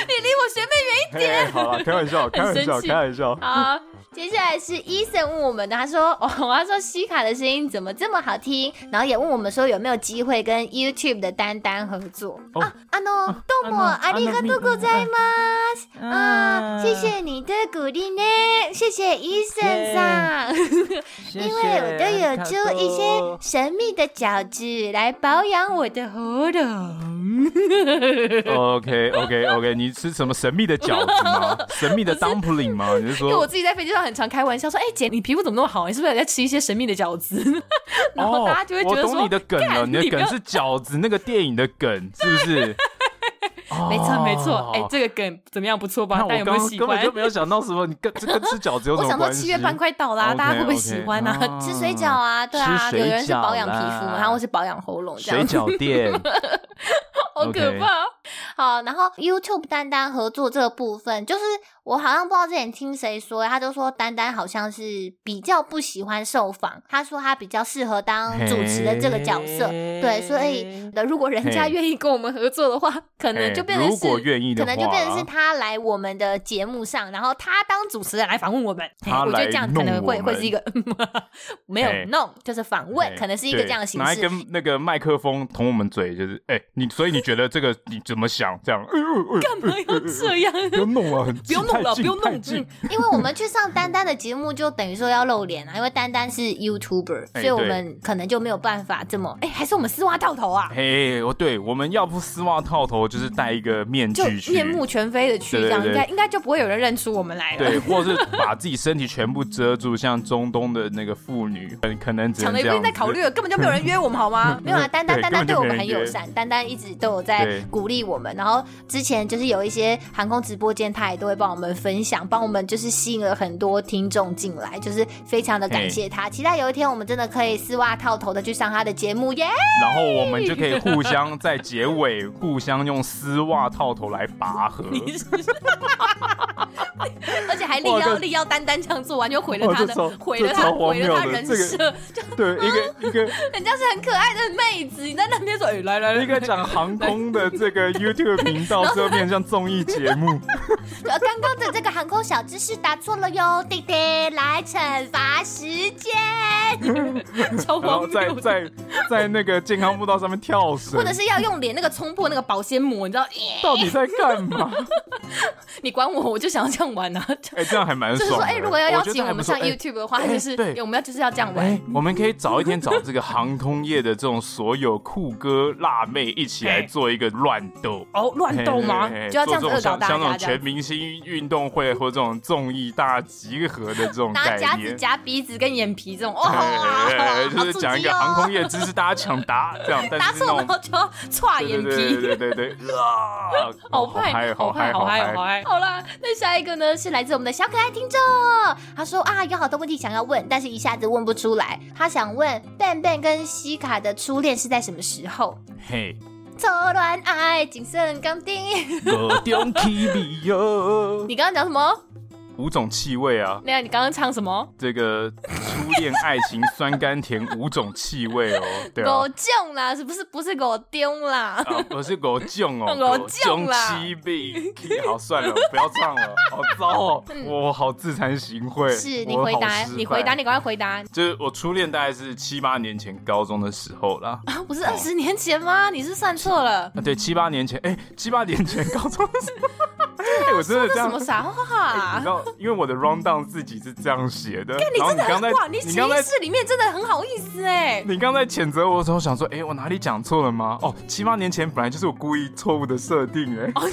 S3: 你离我学妹远一
S1: 嘿哎
S3: 点。
S1: 好了，开玩笑，开玩笑，
S2: 生气
S1: 开玩笑。
S3: 好，接下来是医生问我们的，他说：“ 哦，他说西卡的声音怎么这么好听？”然后也问我们说有没有机会跟 YouTube 的丹丹合作。
S1: 哦嗯
S3: 啊，あのどうもありがとうございます。啊，谢谢你的鼓励呢，谢谢医生上，因为我都有出一些神秘的角质来保养我的喉咙。
S1: OK OK OK，你吃什么神秘的饺子吗？神 秘的 dumpling 吗？你是
S4: 因为我
S1: 说
S4: 自己在飞机上很常开玩笑说：“哎、姐，你皮肤怎么那么好？你是不是有在吃一些神秘的饺子？” 然后大家就会觉
S1: 哦我
S4: 得说：“
S1: 懂你的梗了，
S4: 干
S1: 你的
S4: 不
S1: 梗
S4: 要
S1: 是饺子那个电影的 梗，是不是？
S2: 没错没错
S1: 哦，
S2: 哎，这个梗怎么样？不错吧
S1: 那？
S2: 大家
S1: 我
S2: 有没有
S1: 刚
S2: 喜
S1: 根本
S2: 欢
S1: 就？没有想到什么，你跟这跟吃饺子有什
S4: 我
S1: 么
S4: 想说
S1: 关系？
S4: 七月半快到啦，大家会不会
S1: OK，OK，
S4: 喜欢啊？
S3: 吃水饺啊，对啊，
S1: 吃水
S3: 有人是保养皮
S1: 饺啦
S3: 肤嘛，然后我是保养喉咙这
S1: 水
S3: 样。
S1: 饺店。
S3: 哦
S4: 好可怕！
S3: 好，然后 YouTube 丹丹合作这个部分，就是我好像不知道之前听谁说，他就说丹丹好像是比较不喜欢受访，他说他比较适合当主持的这个角色。对，所以呃如果人家
S1: 嘿
S3: 愿意跟我们合作的话，可能
S1: 嘿
S3: 就变成
S1: 哎如
S3: 是，
S1: 果愿意的
S3: 可
S1: 话啊
S3: 能就变成是他来我们的节目上，然后他当主持人来访问我们。嘿
S1: 他
S3: 我觉
S1: 来
S3: 得这样可能
S1: 弄
S3: 会
S1: 我
S3: 会
S1: 们
S3: 是一个 没有
S1: 嘿
S3: 弄，就是访问，
S1: 对
S3: 可能是一个这样的形
S1: 对拿一
S3: 式。
S1: 根那个麦克风捅我们嘴，就是哎、你所以你觉得这个你怎么想？这样，哎呦哎
S2: 干嘛 要这样？
S1: 不要弄了，很不
S2: 不用弄了，不用弄。嗯
S3: 因为我们去上丹丹的节目，就等于说要露脸啊，因为丹丹是 YouTuber，
S1: 哎
S3: 所以我们可能就没有办法这么哎、还是我们丝袜套头啊，
S1: 嘿，我对，我们要不丝袜套头，就是戴一个面
S3: 就
S1: 具去，
S3: 面目全非的去
S1: 对
S3: 这
S1: 对
S3: 样，
S1: 对
S3: 应该应该就不会有人认出我们来了。
S1: 对，或者是把自己身体全部遮住，像中东的那个妇女，可可能只
S2: 抢
S1: 能
S2: 了一
S1: 这样
S2: 不
S1: 子。
S2: 用再考虑了，根本就没有人约我们，好吗？
S3: 没有啊，丹丹
S1: 对
S3: 丹丹
S1: 根本就
S3: 对我们
S1: 没人
S3: 很
S1: 约
S3: 友善，丹丹一直都有在
S1: 对
S3: 鼓励我们。然后之前就是有一些航空直播间，他也都会帮我们分享，帮我们就是吸引了很多听众进来，就是非常的感谢他。期待有一天我们真的可以丝袜套头的去上他的节目耶！
S1: 然后我们就可以互相在结尾互相用丝袜套头来拔河。
S2: 你是
S3: 而且还力
S1: 哇
S3: 邀
S1: 哦这
S3: 力邀丹丹这样做完，就毁了
S1: 哇
S3: 他
S1: 这
S3: 的
S1: 超，
S3: 毁了
S1: 这
S3: 他，
S1: 超荒
S3: 毁了他
S1: 谬的
S3: 人
S1: 这个
S3: 设。
S1: 对，一个一个
S3: 人家是很可爱的妹子，你在那边说，哎、来来来，
S1: 一个讲航空的这 个 YouTube 频道，之后变成像综艺节目。
S3: 呃， 刚刚的这个航空小知识答错了哟，弟弟来惩罚时间，
S2: 超
S1: 然后
S2: 荒
S1: 在
S2: 谬的。
S1: 在在那个健康步道上面跳绳
S3: 或，者是要用脸那个冲破那个保鲜膜，你知道？ 咦
S1: 到底在干嘛？
S2: 你管我，我就想要这样玩啊！
S1: 哎、这样还蛮
S3: 就
S1: 爽
S3: 是
S1: 的。
S3: 说，哎、如果要邀
S1: 我觉得
S3: 请我
S1: 还
S3: 们
S1: 不错
S3: 上
S1: 哎
S3: YouTube 的话，
S1: 哎
S3: 就是、
S1: 对
S3: 哎我们要就是要这样玩。
S1: 哎，我们可以早一天找这个航空业的这种所有酷哥辣妹一起来做一个乱斗。
S2: 哦，乱斗吗
S1: 嘿？嘿嘿
S3: 就要这样子
S1: 做种
S3: 恶搞大家
S1: 像像那种
S3: 这样
S1: 全明星运动会或这种综艺大集合的这种
S3: 拿
S1: 概
S3: 夹子
S1: 念。
S3: 夹鼻子跟眼皮这种，哇、
S1: 嘿嘿嘿
S3: 好
S1: 就是
S3: 刺
S1: 讲一
S3: 激
S1: 个
S3: 哦
S1: 航空业知识，大家抢答这样，但
S3: 答
S1: 是是
S3: 错
S1: 那种
S3: 然后就要歘
S1: 对
S3: 眼
S1: 对
S3: 皮
S1: 对。对对对对，啊，
S2: 好
S1: 嗨
S2: 嗨，
S1: 好
S2: 嗨，
S1: 嗨
S2: 好
S1: 嗨
S2: 嗨，好！嗨！
S3: 好啦，那下一个呢是来自我们的小可爱听众，他说啊有好多问题想要问，但是一下子问不出来。他想问笨笨跟西卡的初恋是在什么时候？
S1: 嘿，
S3: 初恋爱，谨慎刚定。
S1: 各种气味哟，
S3: 你刚刚讲什么？
S1: 五种气味啊，
S2: 那你刚刚唱什么？
S1: 这个初恋爱情酸甘甜五种气味哦，对啊
S3: 狗。囧啦，是不是不是狗丢啦？
S1: 啊，我是狗囧 哦，
S2: 狗囧啦
S1: 七臂，好算了，不要唱了，好糟哦，我好自惭形秽。
S3: 嗯是你
S1: 我
S3: 回
S1: 好
S3: 答，
S1: 失
S3: 你回
S1: 败
S3: 答，你赶快回答。
S1: 就是我初恋大概是七八年前高中的时候啦，
S3: 啊，不是二十年前吗？你是不是算错了。
S1: 啊对，七八年前，哎，七八年前高中的时 候，哎，我真的这
S3: 什
S1: 样
S3: 么傻
S1: 你知
S3: 话？
S1: 道，因为我的 round down 自己是这样写的，
S3: 你
S1: 然后
S3: 真
S1: 你
S3: 的
S1: 刚才
S3: 很哇，你
S1: 你
S3: 潜
S1: 刚
S3: 意
S1: 才
S3: 识里面真的很好意思哎。
S1: 你刚才谴责我的时候，想说，哎、我哪里讲错了吗？哦，七八年前本来就是我故意错误的设定、诶
S3: 哦
S1: 哎、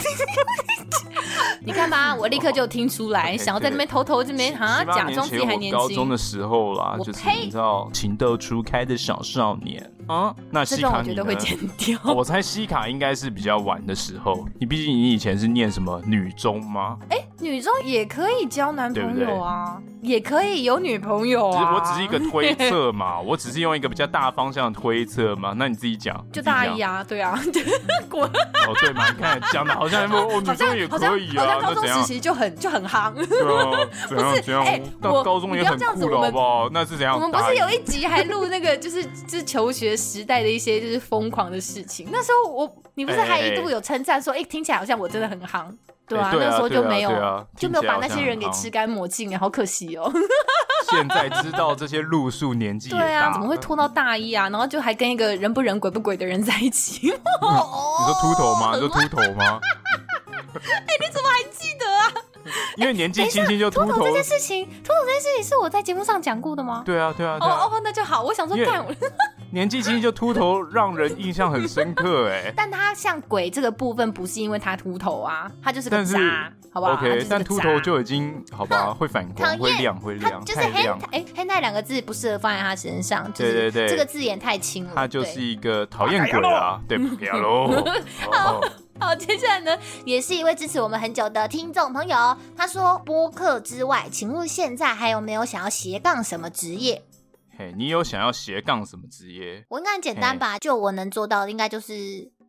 S3: 你看 吧，我立刻就听出来，
S1: OK，
S3: 想要在那边偷偷这边哈，
S1: 七八
S3: 啊假
S1: 年
S3: 装自己还
S1: 前我
S2: 年
S1: 高
S2: 轻
S1: 中的时候啦，
S3: 我
S1: 就是
S3: 呸
S1: 你知道情窦初开的小少年啊。那
S3: 这
S1: 西
S3: 段
S1: 卡
S3: 我
S1: 你呢
S3: 觉
S1: 哦
S3: 得？会剪 掉。
S1: 我猜西卡应该是比较晚的时候，你毕竟你以前是念什么女中吗？
S3: 女中也可以交男朋友啊，也可以有女朋友
S1: 只是
S3: 啊。
S1: 我只是一个推测嘛， 我只是用一个比较大方向的推测嘛。那你自己讲，你自
S2: 就
S1: 己
S2: 大
S1: 讲
S2: 一啊，对啊，
S1: 哦，对嘛？你看讲的好 像我我女
S2: 好像
S1: 中也
S2: 好像
S1: 可以
S2: 好
S1: 啊
S2: 像，
S1: 那
S2: 高
S1: 怎
S2: 中
S1: 样
S2: 时？期就很就很夯。
S1: 对啊，怎样
S2: 不是
S1: 怎样？
S2: 哎
S1: 到
S2: 我
S1: 高中也很
S2: 你不要这样子
S1: 酷了，
S2: 我
S1: 好
S2: 们
S1: 不好？那是怎样？
S2: 我们不
S1: 大
S2: 是
S1: 一
S2: 有一集还录那个， 就是就是求学时代的一些就是疯狂的事情。那时候我
S3: 你不是还一度有称赞说，哎、听起来好像我真的很夯，对啊，
S1: 哎对啊
S3: 那时候就没有、
S1: 对啊对啊
S3: 就没有把那
S1: 听起来好像
S3: 些人给
S1: 很夯
S3: 吃干抹
S2: 哎
S3: 净，好可惜哦。
S1: 现在知道这些路数，年纪也
S2: 对
S1: 大了，
S2: 啊，怎么会拖到大一啊？然后就还跟一个人不人鬼不鬼的人在一起，
S1: 嗯
S3: 哦
S1: 你说秃头吗？你说秃头 吗？
S3: 哎
S2: 记得啊？
S1: 因为年纪轻轻就秃
S3: 秃头
S1: 头
S3: 这，件事情，秃头这件事情是我在节目上讲过的吗？
S1: 对啊对啊对啊，
S2: 哦哦，那就好。我想说
S1: 因，为
S2: 干我
S1: 年纪轻轻就秃头，让人印象很深刻哎。
S3: 但他像鬼这个部分，不是因为他秃头啊，他就是个
S1: 但是
S3: 渣， 好不好他就是
S1: OK，
S3: 个
S1: 但秃
S3: 渣
S1: 头就已经好吧，会反光，
S3: 讨
S1: 会
S3: 厌
S1: 亮，会
S3: 他
S1: 亮，
S3: 就是
S1: 太
S3: hand
S1: 亮。
S3: 哎 hand 那两个字不适合放在他身上，就
S1: 对
S3: 是
S1: 对对
S3: 这个字眼太轻了。
S1: 他就是
S3: 对
S1: 一个讨厌鬼啦，对不要 喽。哦
S3: 好，接下来呢，也是一位支持我们很久的听众朋友，他说播客之外，请问现在还有没有想要斜杠什么职业？
S1: 嘿，你有想要斜杠什么职业？
S3: 我应该很简单吧，就我能做到的，应该就是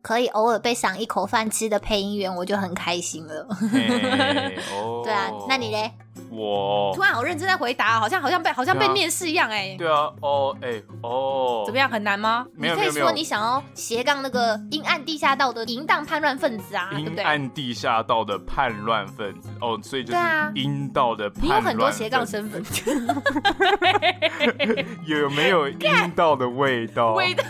S3: 可以偶尔被赏一口饭吃的配音员，我就很开心了。
S1: 嘿哦，
S3: 对啊，那你？嘞？
S1: 我
S2: 突然好认真在回答，好像好像被好像被
S1: 对啊
S2: 面试一样哎、
S1: 对啊，哦，哎，哦，
S2: 怎么样，很难吗？
S1: 没
S3: 你
S1: 有
S3: 可
S1: 没
S3: 以
S1: 有没
S3: 说
S1: 有
S3: 你，想要斜杠那个阴暗地下道的淫荡叛乱分子啊，对不
S1: 阴
S3: 对？
S1: 暗地下道的叛乱分子哦，所以就
S3: 对啊
S1: 是阴道的叛
S2: 你
S1: 乱分子。
S2: 有很多斜杠身份，
S1: 有没 有阴道的味道？
S2: 味道。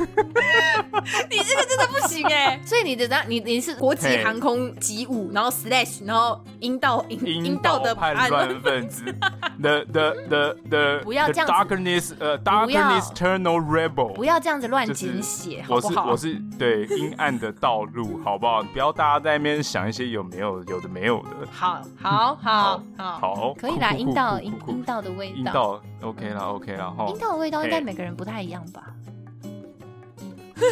S2: 你这个真的不行哎、所以你的那你你是国际
S1: 嘿
S2: 航空机务，然后 slash，然后阴道阴
S1: 阴
S2: 阴道的
S1: 叛乱分 子，the the the the
S3: 不要
S1: the
S3: 这样子
S1: darkness 呃
S3: 不要
S1: darkness eternal rebel，
S3: 不要这样子乱
S1: 就是
S3: 简写，好
S1: 我
S3: 不
S1: 是
S3: 好？
S2: 啊
S1: 我是对阴暗的道路，好不好？不要大家在那边想一些有没有有的没有的。
S2: 好好好好，
S1: 好，
S3: 可以啦，
S1: 酷酷
S3: 阴道
S1: 酷
S3: 阴
S1: 酷
S3: 阴
S1: 酷
S3: 道的味
S1: 阴
S3: 道，
S1: 道 OK 啦 OK 啦哈
S3: 阴。道的味道应该
S1: 哦嘿
S3: 每个人不太一样吧？
S1: 嘿，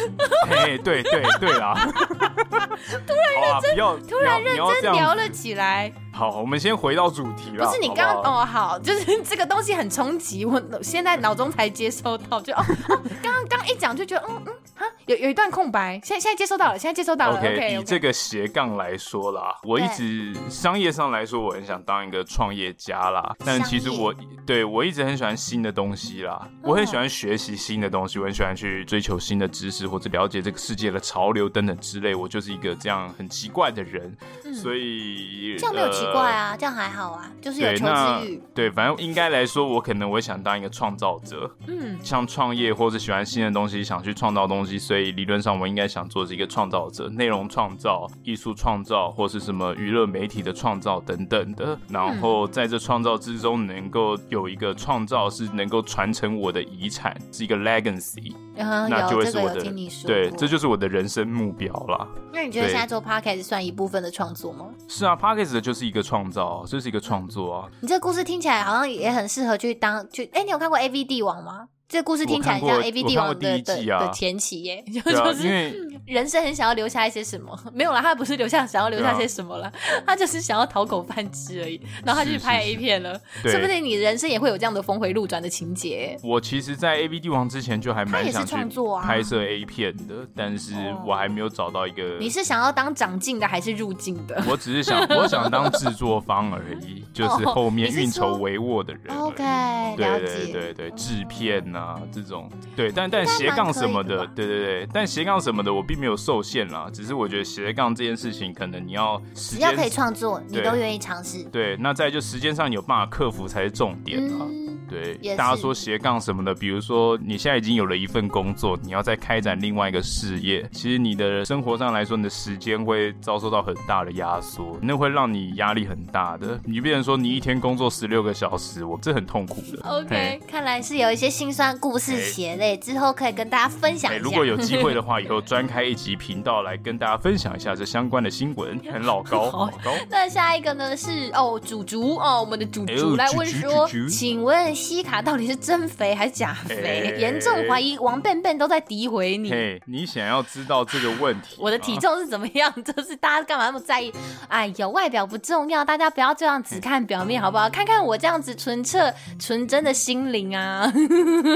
S1: 哎对对对啦。啊突然认真，
S2: 突然认真聊
S1: 了。
S2: 了起来。
S1: 好，我们先回到主题啦。
S2: 不是你
S1: 好
S2: 刚
S1: 好
S2: 哦好，就是 这个东西很冲击，我现在脑中才接收到，就哦哦， 刚刚刚一讲就觉得嗯嗯哈，有有一段空白，现在现在接收到了，现在接收到了
S1: OK，, 以
S2: OK，
S1: 这个斜杠来说啦，我一直商业上来说，我很想当一个创业家啦。但其实
S3: 商业嗯
S1: 我对我一直很喜欢新的东西啦，我很喜欢学习新的东西，我很喜欢去追求新的知识或者了解这个世界的潮流等等之类。我就是一个这样很奇怪的人，所以
S3: 嗯这样没有奇
S1: 呃
S3: 怪啊，这样还好啊，就是有
S1: 对，
S3: 求
S1: 那
S3: 知欲。
S1: 对，反正应该来说，我可能我会想当一个创造者，嗯，像创业或者喜欢新的东西，想去创造东西，所以理论上我应该想做是一个创造者，内容创造、艺术创造或是什么娱乐媒体的创造等等的。然后在这创造之中，能够有一个创造是能够传承我的遗产，是一个 legacy，
S3: 嗯，
S1: 那就
S3: 有
S1: 会
S3: 这
S1: 是
S3: 个
S1: 我
S3: 有
S1: 的
S3: 听你说，
S1: 对，这。就是我的人生目标啦。
S3: 那你觉得
S1: 对
S3: 现在做 podcast 算一部分的创作吗？
S1: 是啊 p a c k a g e 就是一个创造，这是一个创作啊。
S3: 你这个故事听起来好像也很适合去当去，哎、你有看过 A V 帝王吗？这个故事听起来
S1: 我看
S3: 像
S1: 过
S3: A V
S1: 我
S3: 帝
S1: 看
S3: 王
S1: 过
S3: 的、
S1: 第一季
S3: 的
S1: 啊
S3: 的前期耶， 就
S1: 对啊，
S3: 就
S1: 因
S3: 是
S1: 为
S3: 人生很想要留下一些什么，
S2: 没有啦，他不是留下想要留下
S1: 对啊
S2: 些什么了，他就是想要讨口饭吃而已，然后他就是拍
S1: 是
S2: A 片了，
S1: 对
S2: 说不定你人生也会有这样的峰回路转的情节。
S1: 我其实，在 A B 帝王之前就还
S3: 他
S1: 蛮
S3: 也是
S1: 想去
S3: 创作啊哦
S1: 拍摄 A 片的，但是我还没有找到一个。
S2: 你是想要当长进的还是入境的？
S1: 我只是 想，我想当制作方而已，就是后面
S3: 哦你是
S1: 运筹
S3: 说
S1: 帷幄的人而已。
S3: OK，了
S1: 对对
S3: 解。
S1: 对对，制片呐、这种，对，但但
S3: 蛮
S1: 斜杠
S3: 可
S1: 什
S3: 以
S1: 么
S3: 的
S1: 的，
S3: 吧
S1: 对对对，但斜杠什么的我并没有受限啦，只是我觉得斜杠这件事情，可能你要时
S3: 只要
S1: 间
S3: 可以创作，你
S1: 对
S3: 都愿意尝试。
S1: 对，那再就时间上有办法克服才是重点啊。
S3: 嗯，
S1: 对
S3: 也，
S1: 大家
S3: 是
S1: 说斜杠什么的，比如说你现在已经有了一份工作，你要再开展另外一个事业，其实你的生活上来说，你的时间会遭受到很大的压缩，那会让你压力很大的。你变成说你一天工作十六个小时，我这很痛苦的。
S2: OK，
S1: 嘿
S3: 看来是有一些辛酸故事血泪，之后可以跟大家分享
S1: 哎，
S3: 一
S1: 如
S3: 下
S1: 果。有机会的话，以后专开一集频道来跟大家分享一下这相关的新闻，很老 高，老高。
S3: 那下一个呢是哦，
S2: 主竹哦，我们的主
S1: 哎
S2: 竹
S1: 呦
S2: 来
S1: 啾
S2: 问
S1: 啾
S2: 说，
S1: 啾啾
S3: 请
S2: 请问西卡到底是真肥还是假肥？
S1: 哎
S2: 严重怀疑王笨笨都在诋毁你。
S1: 嘿，你想要知道这个问题？
S2: 我的体重是怎么 样？就是大家干嘛那么在意？
S3: 哎呦，外表不重要，大家不要这样只看表面，好不
S1: 嗯
S3: 好？看看我这样子纯澈、纯真的心灵啊！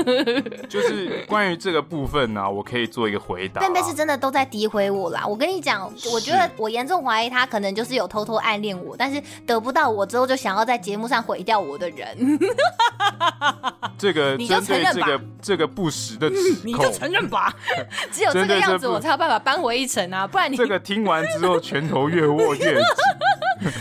S1: 就是关于这个部分呢、我可以做一个回答啊。
S3: 贝贝是真的都在诋毁我啦。我跟你讲，我觉得我严重怀疑他可能就是有偷偷暗恋我，但是得不到我之后就想要在节目上毁掉我的人。
S1: 这个
S2: 你就
S1: 针
S2: 承
S1: 对
S2: 认
S1: 这
S2: 吧嗯
S1: 个这个不实的指
S2: 你
S1: 控
S2: 就，承认 吧，只有这
S1: 针对
S2: 个
S1: 这
S2: 样子
S1: 部
S2: 我才有办法扳回一城啊！不然你
S1: 这个听完之后拳头越握 越紧，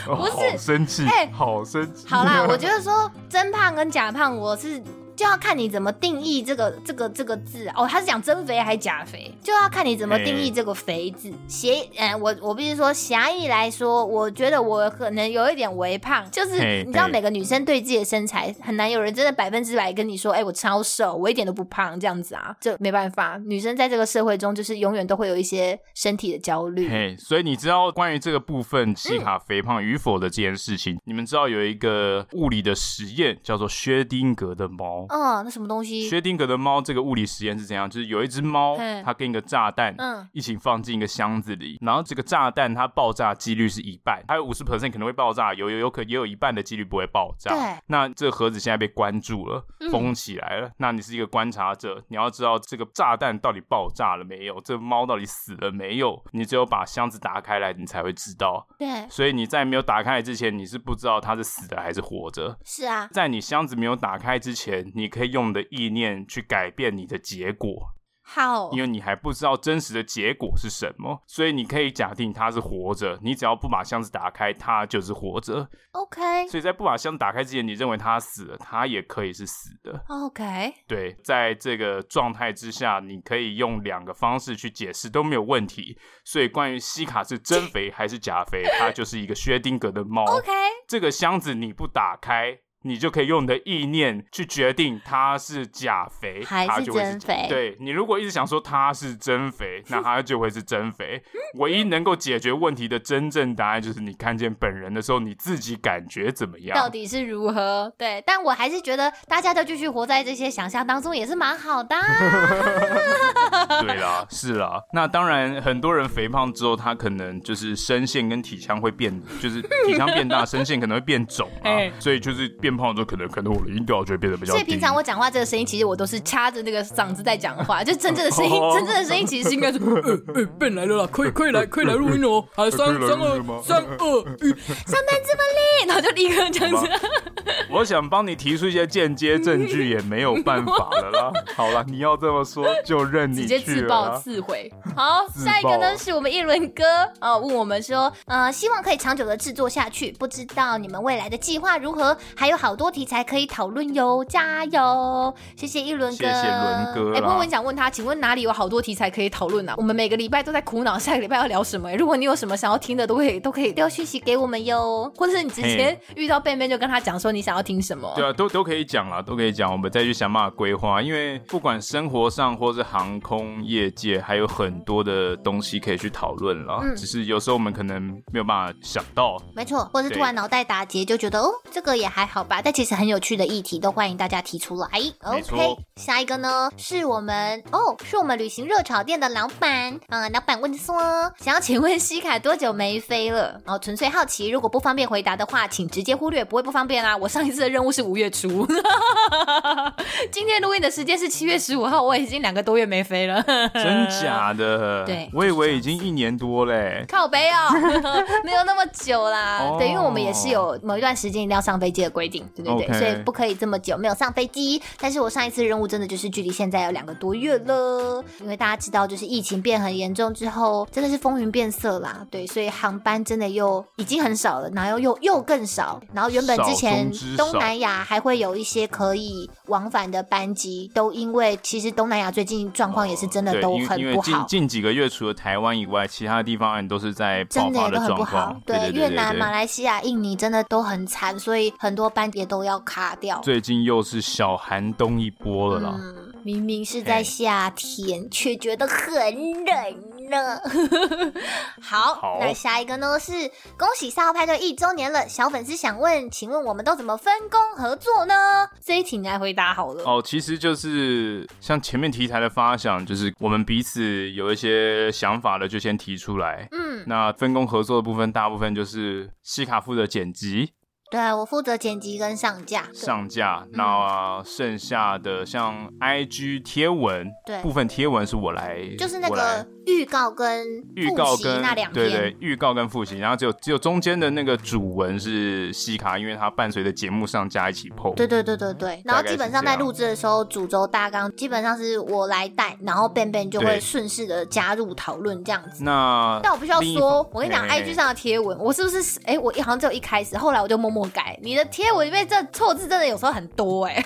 S1: 哦
S3: 不是
S1: 好生气
S3: 哎，
S1: 好生气。
S3: 好啦，我觉得说真胖跟假胖，我是就要看你怎么定义这个这个这个字啊哦。他是讲真肥还是假肥，就要看你怎么定义这个肥字。狭，嗯，我我必须说狭义来说，我觉得我可能有一点微胖，就是
S1: 嘿
S3: 你知道
S1: 对
S3: 每个女生对自己的身材很难有人真的百分之百跟你说，哎、我超瘦，我一点都不胖这样子啊，这没办法，女生在这个社会中就是永远都会有一些身体的焦虑。
S1: 嘿，所以你知道关于这个部
S2: 嗯
S1: 分西卡肥胖与否的这件事情，你们知道有一个物理的实验叫做薛丁格的猫猫。
S3: 嗯，那什么东西？
S1: 薛定谔的猫这个物理实验是怎样？就是有一只猫
S4: 嘿，
S1: 它跟一个炸弹，
S3: 嗯
S1: 一起放进一个箱子里，然后这个炸弹它爆炸几率是一半，还有五十 percent 可能会爆炸，有有有可也有一半的几率不会爆炸。
S3: 对，嗯
S1: 那这个盒子现在被关住了，封起来了。那你是一个观察者，你要知道这个炸弹到底爆炸了没有，这猫到底死了没有，你只有把箱子打开来，你才会知道。
S3: 对，
S1: 所以你在没有打开来之前，你是不知道它是死的还是活着。
S3: 是啊，
S1: 在你箱子没有打开之前，你可以用你的意念去改变你的结果，
S2: 好，
S1: 因为你还不知道真实的结果是什么，所以你可以假定它是活着。你只要不把箱子打开，它就是活着。
S3: OK
S1: 所以在不把箱子打开之前，你认为它死了，它也可以是死的。
S3: OK，
S1: 对，在这个状态之下，你可以用两个方式去解释都没有问题。所以关于西卡是真肥还是假肥，它就是一个薛定谔的猫。
S3: OK，
S1: 这个箱子你不打开，你就可以用你的意念去决定它是假肥
S3: 还是
S1: 它就会是
S3: 真肥
S1: 对你如果一直想说它是真肥，那它就会是真肥。唯一能够解决问题的真正答案就是你看见本人的时候，你自己感觉怎么样？
S3: 到底是如何？对，但我还是觉得大家都继续活在这些想象当中，也是蛮好的啊。
S1: 对啦，是啦。那当然，很多人肥胖之后，他可能就是声线跟体腔会变，就是体腔变大，声线可能会变肿啊
S4: 哎。
S1: 所以就是变胖之后，可能可能我的音调就会变得比较低。
S3: 所以平常我讲话这个声音，其实我都是掐着那个嗓子在讲话，就真正的声音，
S1: 哦
S3: 真正的声音其实是应该是，
S2: 呃
S5: 哎、欸，笨来了啦， 快快来快来录音哦！还三
S1: 快来录音
S5: 三
S1: 了吗
S5: 二三二 一，
S3: 然后就立刻这样
S1: 好
S3: 子。
S1: 我想帮你提出一些间接证据，也没有办法了 啦。好了，你要这么说就任你
S3: 直接
S1: 去
S3: 自
S1: 了
S3: 爆
S1: 啦。
S3: 自毁。好，
S1: 自
S3: 下一个
S1: 爆
S3: 呢是我们一轮哥啊、呃问我们说，呃，希望可以长久的制作下去，不知道你们未来的计划如何，还有好多题材可以讨论哟，加油！谢谢一轮哥，
S1: 谢谢伦哥
S2: 哎、不过我
S1: 啦。
S2: 想问他，请问哪里有好多题材可以讨论呢、啊我们每个礼拜都在苦恼下个礼拜要聊什么、 哎如果你有什么想要听的，都可以都可以，
S3: 丢讯息给我们哟。
S2: 或者是你直接遇到贝贝就跟他讲说你想要听什么。
S1: 对啊，都都可以讲啦，都可以讲，我们再去想办法规划。因为不管生活上或是航空业界，还有很多的东西可以去讨论啦。
S3: 嗯
S1: 只是有时候我们可能没有办法想 到，
S3: 没错，或是突然脑袋打结，就觉得哦，这个也还好吧。但其实很有趣的议题，都欢迎大家提出来。
S1: 错
S3: OK，下一个呢，是我们哦，是我们旅行热炒店的老板。嗯，老板问说，想要请问西凯多久没飞了？哦，纯粹好奇，如果不方便回答的话，请直接忽略，不会不
S2: 啊
S3: 方便啦、我上一次的任务是五月初，
S2: 今天录音的时间是七月十五号，我已经两个多月没飞了。
S1: 真假的？
S2: 对
S1: 我以为已经一年多嘞。
S2: 靠背哦， 没有那么久啦。
S1: 哦
S3: 啊对，因为我们也是有某一段时间一定要上飞机的规定，对对对
S1: OK
S3: 所以不可以这么久没有上飞机。但是我上一次任务真的就是距离现在有两个多月了，因为大家知道，就是疫情变很严重之后，真的是风云变色啦，对，所以航班真的又已经很少了，然后又又更少，然后原本之
S1: 少
S3: 前
S1: 中之少
S3: 东南亚还会有一些可以往返的班机，都因为其实东南亚最近状况也是真的
S1: 哦对，
S3: 都
S1: 因为因
S3: 很
S1: 为
S3: 不
S1: 近
S3: 好。
S1: 近几个月，除了台湾以外，其他的地方都是在爆
S3: 真的
S1: 发
S3: 也都很
S1: 状
S3: 不好
S1: 况。。对对
S3: 越
S1: 对对
S3: 南、
S1: 对
S3: 马来西亚、印尼真的都很惨，所以很多班也都要卡掉。
S1: 最近又是小寒冬一波了啦。
S3: 嗯，明明是在
S1: 嘿
S3: 夏天，却觉得很冷呢。 好，
S1: 好
S3: 那下一个呢是恭喜三号派对一周年了，小粉丝想问，请问我们都怎么分工合作呢？这一题你来回答好了。
S1: 哦，其实就是像前面题材的发想，就是我们彼此有一些想法的，就先提出来。
S3: 嗯，
S1: 那分工合作的部分，大部分就是西卡负责剪辑、
S3: 对啊我负责剪辑跟上架。
S1: 上架，那剩下的像 IG 贴文
S3: 对
S1: 部分贴文是我来，
S3: 就是那
S1: 我来
S3: 个预告跟
S1: 预告
S3: 复习
S1: 跟
S3: 那两
S1: 对
S3: 篇，
S1: 对，预告跟复习，然后只有只有中间的那个主文是西卡，因为它伴随着节目上加一起 PO。
S3: 对对对对对，然
S1: 嗯大
S3: 后
S1: 概
S3: 基
S1: 是
S3: 本上
S1: 这
S3: 在
S1: 样
S3: 录制的时候，主轴大纲基本上是我来带，然后便便就会
S1: 对
S3: 顺势的加入讨论这样子。
S1: 那
S3: 但我必须要
S1: 另一方，
S3: 说
S1: 哎
S3: 我跟你讲
S1: 嘿
S3: ，IG
S2: 就
S3: 上
S2: 上的贴文，我是不是？哎、我好像只有一开始，后来我就默默改。你的贴文里面这错字真的有时候很多哎、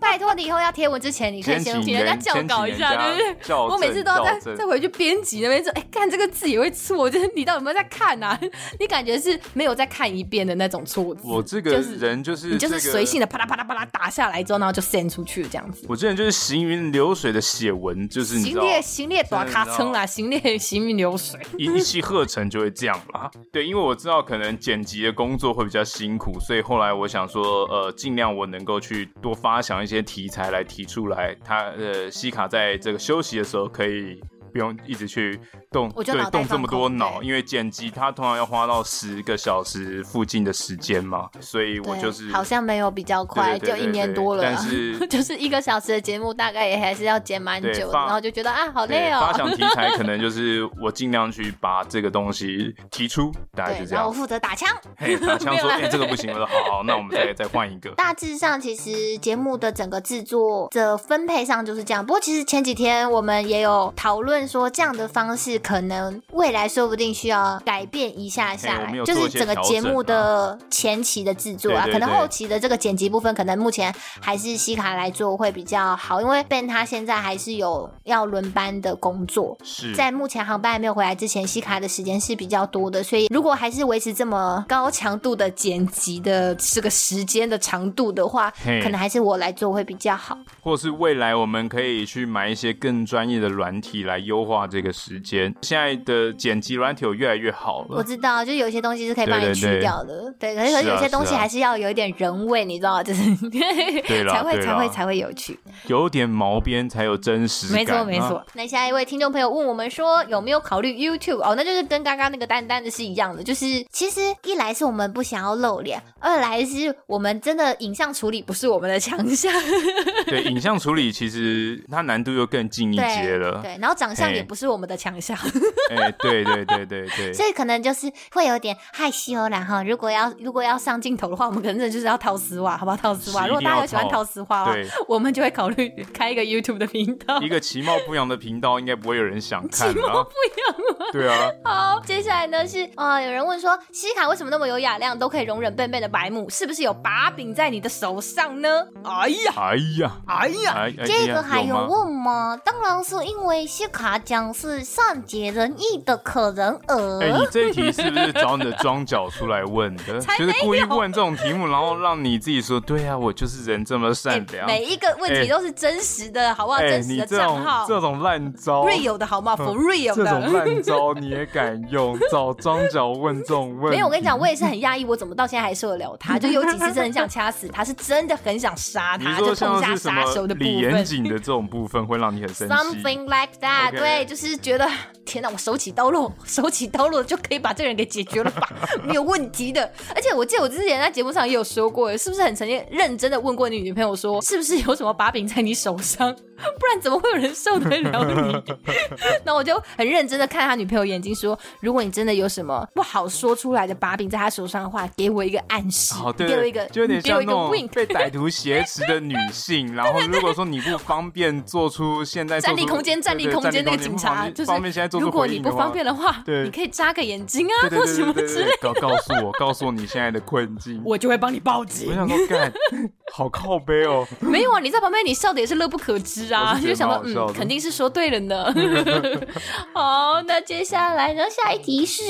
S2: 拜托你以后要贴文之前，你可以
S1: 先
S2: 先
S1: 请
S2: 听人家
S1: 先
S2: 教
S1: 请
S2: 稿一下，
S1: 人家
S2: 对不对？
S1: 校
S2: 我每次都要在
S1: 正
S4: 再回去编辑那边说，哎、看这个字也会错，就是你到底有没有在看啊？ 你感觉是没有再看一遍的那种错字，
S1: 我这个人就是
S4: 你就是
S1: 这个
S4: 随性的啪啦啪啦啪啦打下来之后，然后就 send 出去这样子。
S1: 我之前就是行云流水的写文，就是你知
S4: 行
S1: 道，
S4: 列行列短卡称啦，行列行云流水。
S1: 一一气呵成就会这样啦。对，因为我知道可能剪辑的工作会比较辛苦，所以后来我想说，呃，尽量我能够去多发想一些题材来提出来，他呃西卡在这个休息的时候可以。不用一直去动，
S3: 我就
S1: 对
S3: 脑袋
S1: 动这么
S3: 放
S1: 多
S3: 空
S1: 脑，
S3: 对
S1: 因为剪辑它通常要花到十个小时附近的时间嘛，所以我就是
S3: 好像没有比较快，
S1: 对对对
S3: 就一年
S1: 对
S3: 多了啊。
S1: 但是
S3: 就是一个小时的节目，大概也还是要剪蛮
S1: 对
S3: 久的，
S1: 发
S3: 然后就觉得啊，好
S1: 对，
S3: 累
S1: 发
S3: 哦。
S1: 想题材 可能就是我尽量去把这个东西提出，大概
S3: 对
S1: 就，这
S3: 然后
S1: 样
S3: 我。负责打枪。
S1: 嘿，打枪说，哎、这个不行，我说好好，那我们再再换一个。
S3: 大致上，其实节目的整个制作的分配上就是这样。不过，其实前几天我们也有讨论说，这样的方式可能未来说不定需要改变一下下
S1: 嘿我
S3: 来
S1: 们有，
S3: 就
S1: 做
S3: 是
S1: 一些
S3: 整个节
S1: 调
S3: 目
S1: 整啊
S3: 的前期的制作啊，
S1: 对对
S3: 可能
S1: 对
S3: 后期的这个剪辑部分，可能目前还是西卡来做会比较好，因为 Ben 他现在还是有要轮班的工作，
S1: 是，
S3: 在目前航班还没有回来之前，西卡的时间是比较多的，所以如果还是维持这么高强度的剪辑的这个时间的长度的话
S1: 嘿，哦
S3: 可能还是我来做会比较好。
S1: 或是未来我们可以去买一些更专业的软体来优化这个时间。现在的剪辑软体有越来越好
S3: 我
S1: 了，
S3: 知道，就有些东西是可以帮
S1: 对对
S3: 你去
S1: 对
S3: 掉的，对可是
S1: 是
S3: 可
S1: 啊
S3: 是有些东西
S1: 是啊
S3: 还是要有一点人味，你知道吗，就是
S1: 对啦
S3: 才会
S1: 对
S3: 才
S1: 啦
S3: 会才会有趣。
S1: 有点毛边才有真实感、啊
S4: 没错没错，，
S3: 那下一位听众朋友问我们说，有没有考虑 YouTube？哦，那就是跟刚刚那个丹丹的是一样的，就是其实一来是我们不想要露脸，二来是我们真的影像处理不是我们的强 项，
S1: 对，影像处理其实它难度又更进一阶了。
S3: 对，然后长相也
S1: 嘿
S3: 不是我们的强项，
S1: 哎、对对对对对，
S3: 所以可能就是会有点害羞然后如果要如果要上镜头的话，我们可能真的就是要套丝袜，好不好？套丝袜。
S1: 是
S3: 如果大家有
S1: 一定要
S3: 喜欢
S1: 套
S3: 套丝袜的话，
S1: 对，
S4: 我们就会考虑开一个 YouTube 的频道。
S1: 一个其貌不扬的频道，应该不会有人想看。其貌不扬，对啊，
S3: 好，接下来呢是呃，有人问说，西卡为什么那么有雅量，都可以容忍笨笨的白目，是不是有把柄在你的手上呢？
S2: 哎呀，
S1: 哎呀，
S2: 哎呀，
S1: 哎，哎
S3: 这
S1: 呀
S3: 个还
S1: 有吗
S3: 用问吗？当然是因为西卡讲是善解人意的可人儿。
S1: 哎、你这一题是不是找你的庄脚出来问 的？就是故意问这种题目，然后让你自己说，对啊，我就是人这么善良。
S3: 每一个问题都是真实的，好不好？
S1: 哎、
S3: 真实
S1: 你
S3: 的
S1: 这
S3: 账
S1: 种
S3: 号
S1: 这种烂招，
S3: ，real 的好不好？for real
S1: 哦这
S3: 的。
S1: 种烂招你也敢用？找庄脚问这种问题？
S3: 没有，我跟你讲，我也是很压抑，我怎么到现在还受得了 他？就有几次真的很想掐死他，是真的很想杀
S1: 你
S3: 他，
S1: 说
S3: 就
S1: 像
S3: 痛下
S1: 是什
S3: 杀手
S1: 么
S3: 的部
S1: 李严
S3: 分。
S1: 谨的这种部分会让你很生气。
S3: Something like that，
S1: OK
S3: 对，就是觉得天哪，我手起刀落，手起刀落就可以把这个人给解决了吧， 没有问题的。而且我记得我之前在节目上也有说过，是不是很曾经认真的问过你女朋友说，是不是有什么把柄在你手上？不然怎么会有人受得了你？ 那我就很认真的看他女朋友眼睛说，如果你真的有什么不好说出来的把柄在他手上的话，给我一个暗示，
S1: 哦，对，
S3: 给我一个，
S1: 就有点
S3: 给我
S1: 像
S3: 一
S1: 那
S3: 个
S1: 种
S3: wink。
S1: 被歹徒挟持的女性。 然后，如果说你不方便做出现哎在做
S4: 站立
S1: 出
S4: 空间，
S1: 对
S4: 站立
S1: 对
S4: 空间，
S1: 站立
S4: 那个
S1: 空
S4: 警
S1: 不
S4: 察
S1: 方便
S4: 就是
S1: 方便现在做出
S4: 如果
S1: 回
S4: 你
S1: 应
S4: 不
S1: 的
S4: 方
S1: 话
S4: 便的话，
S1: 对
S4: 你可以眨个眼睛
S1: 对对对
S4: 啊，或什么
S1: 对
S4: 之
S1: 对
S4: 类
S1: 对，告告诉我， 告诉你现在的困境。我
S4: 我就会帮你报警
S1: 想说， 干，好靠背哦。
S4: 没有啊，你在旁边你笑的也是乐不可支啊，
S1: 我是觉
S4: 就
S1: 得
S4: 想
S1: 蛮
S4: 到
S1: 好笑
S4: 嗯，
S1: 的
S4: 肯定是说对了 呢。
S3: 好，那接下来呢？下一题是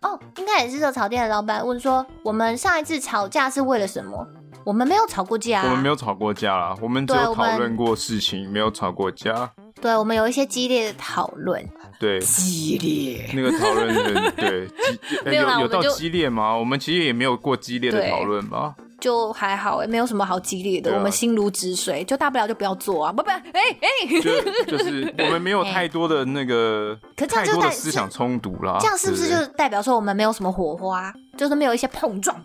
S3: 哦，应该也是热炒店的老板问说，我们上一次吵架是为了什么？我们没有吵过架、
S1: 我们没有吵过架啦，我们只
S3: 对
S1: 有
S3: 我们
S1: 讨论过事情，没有吵过架。
S3: 啊对我们有一些激烈的讨论，
S1: 对，
S2: 激烈，
S1: 那个讨论的对激呃
S3: 没有啦
S1: 有
S3: 我
S1: 有
S3: 们
S1: 到
S3: 就
S1: 激烈吗？我们其实也没有过激烈的
S3: 对
S1: 讨论吧。
S3: 就还好、欸，没有什么好激烈的，
S1: 对啊
S3: 我们心如止水，就大不了就不要做啊，不不，哎、哎、
S1: 就就是我们没有太多的那个，
S3: 可这样
S1: 太
S3: 就
S1: 多的
S3: 代
S1: 思想冲突啦。
S3: 这样是不是
S1: 对对
S3: 就 代表说我们没有什么火花，就是没有一些碰撞，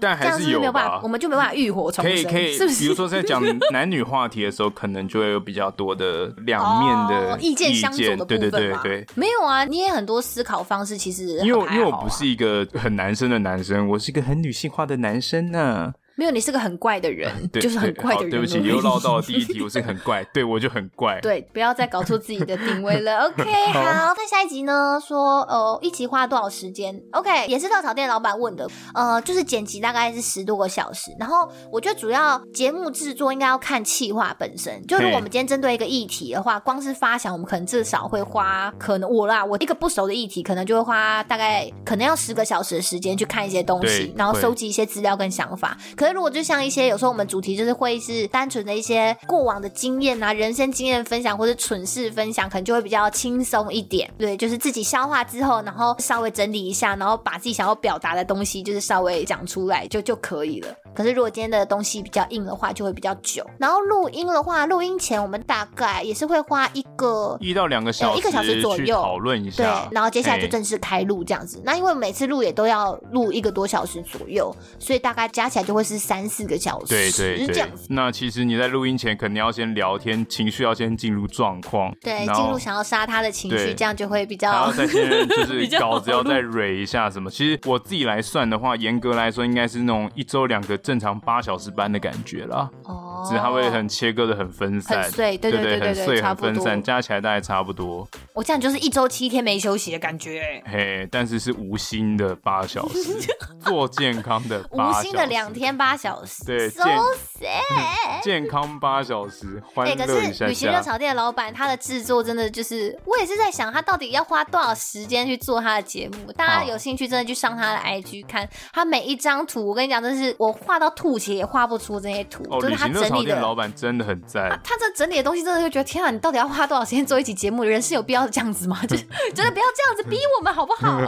S1: 但
S3: 这
S1: 还
S3: 样是不是没有办法
S1: 吧，
S3: 我？们就没办法浴火重
S1: 可
S3: 生，
S1: 以可以，
S3: 是不
S1: 比如
S3: 是？
S1: 说在讲 男女话题的时候，可能就会有比较多的两面的
S3: 哦、意见相左的部
S1: 对对
S3: 分
S1: 对
S3: 嘛，
S1: 对。
S3: 没有啊，你也很多思考方式，其实
S1: 因为
S3: 很
S1: 我
S3: 还啊
S1: 因为我
S3: 好啊
S1: 不是一个很男生的男生，我是一个很女性化的男生呢、啊
S3: 没有，你是个很怪的人，
S1: 对，
S3: 就是很
S1: 对
S3: 怪
S1: 好
S3: 的人。
S1: 对不起，又绕到了第一题，我是很怪，对我就很怪。
S3: 对，不要再搞错自己的定位了。OK，好， 在下一集呢，说呃，一集花多少时间？OK，也是稻草店老板问的，呃，就是剪辑大概是十多个小时。然后我觉得主要节目制作应该要看企划本身，就如果我们今天针对一个议题的话，光是发想，我们可能至少会花，可能我啦，我一个不熟的议题，可能就会花大概可能要十个小时的时间去看一些东西
S1: 对，
S3: 然后
S1: 会
S3: 收集一些资料跟想法。可是如果就像一些有时候我们主题就是会是单纯的一些过往的经验啊、人生经验分享或者蠢事分享，可能就会比较轻松一点。对，就是自己消化之后，然后稍微整理一下，然后把自己想要表达的东西就是稍微讲出来就就可以了。可是如果今天的东西比较硬的话，就会比较久。然后录音的话，录音前我们大概也是会花一个
S1: 一到两个小时，
S3: 一个小时左
S1: 去
S3: 右
S1: 讨论一
S3: 对
S1: 下，，
S3: 然后接下来就
S1: 哎
S3: 正式开录这样子。那因为每次录也都要录一个多小时左右，所以大概加起来就会是三四个小时，
S1: 对对
S3: 这
S1: 对
S3: 样子。，
S1: 那其实你在录音前肯定要先聊天，情绪要先进入状况，
S3: 对，
S1: 然
S3: 进
S1: 后
S3: 入想要杀他的情绪，
S1: 对
S3: 这样就会比
S1: 还
S3: 较
S1: 要再先就是
S4: 比较
S1: 稿子
S4: 好。
S1: 要再蕊一下什么。其实我自己来算的话，严格来说应该是那种一周两个正常八小时班的感觉啦，
S3: 哦，
S1: 只是它会很切割的很分散，
S3: 很碎对
S1: 对
S3: 对对对
S1: 很
S3: 对
S1: 碎
S3: 差
S1: 很
S3: 不多
S1: 分散，加起来大概差不多。
S3: 我这样就是一周七天没休息的感觉、欸，
S1: 嘿，但是是无心的八小时， 做健康的八
S3: 无
S1: 小时，
S3: 心的两天八小时，
S1: 对
S3: so
S1: 健
S3: sad。
S1: 健康八小时，欢
S3: 哎、可
S1: 乐一
S3: 是
S1: 下
S3: 旅行热
S1: 下。
S3: 潮店的老板他的制作真的就是，我也是在想他到底要花多少时间去做他的节目。大家
S1: 好
S3: 有兴趣真的去上他的 IG 看，他每一张图，我跟你讲，真是我画到吐血也画不出这些图，
S1: 哦，
S3: 就是
S1: 旅
S3: 他
S1: 行热
S3: 整
S1: 潮
S3: 理
S1: 店老
S3: 的。
S1: 板真的很赞，
S3: 啊他这整理的东西真的就觉得，天啊！你到底要花多少时间做一期节目？人是有必要这样子吗？ 就是真的不要这样子逼我们好不 好？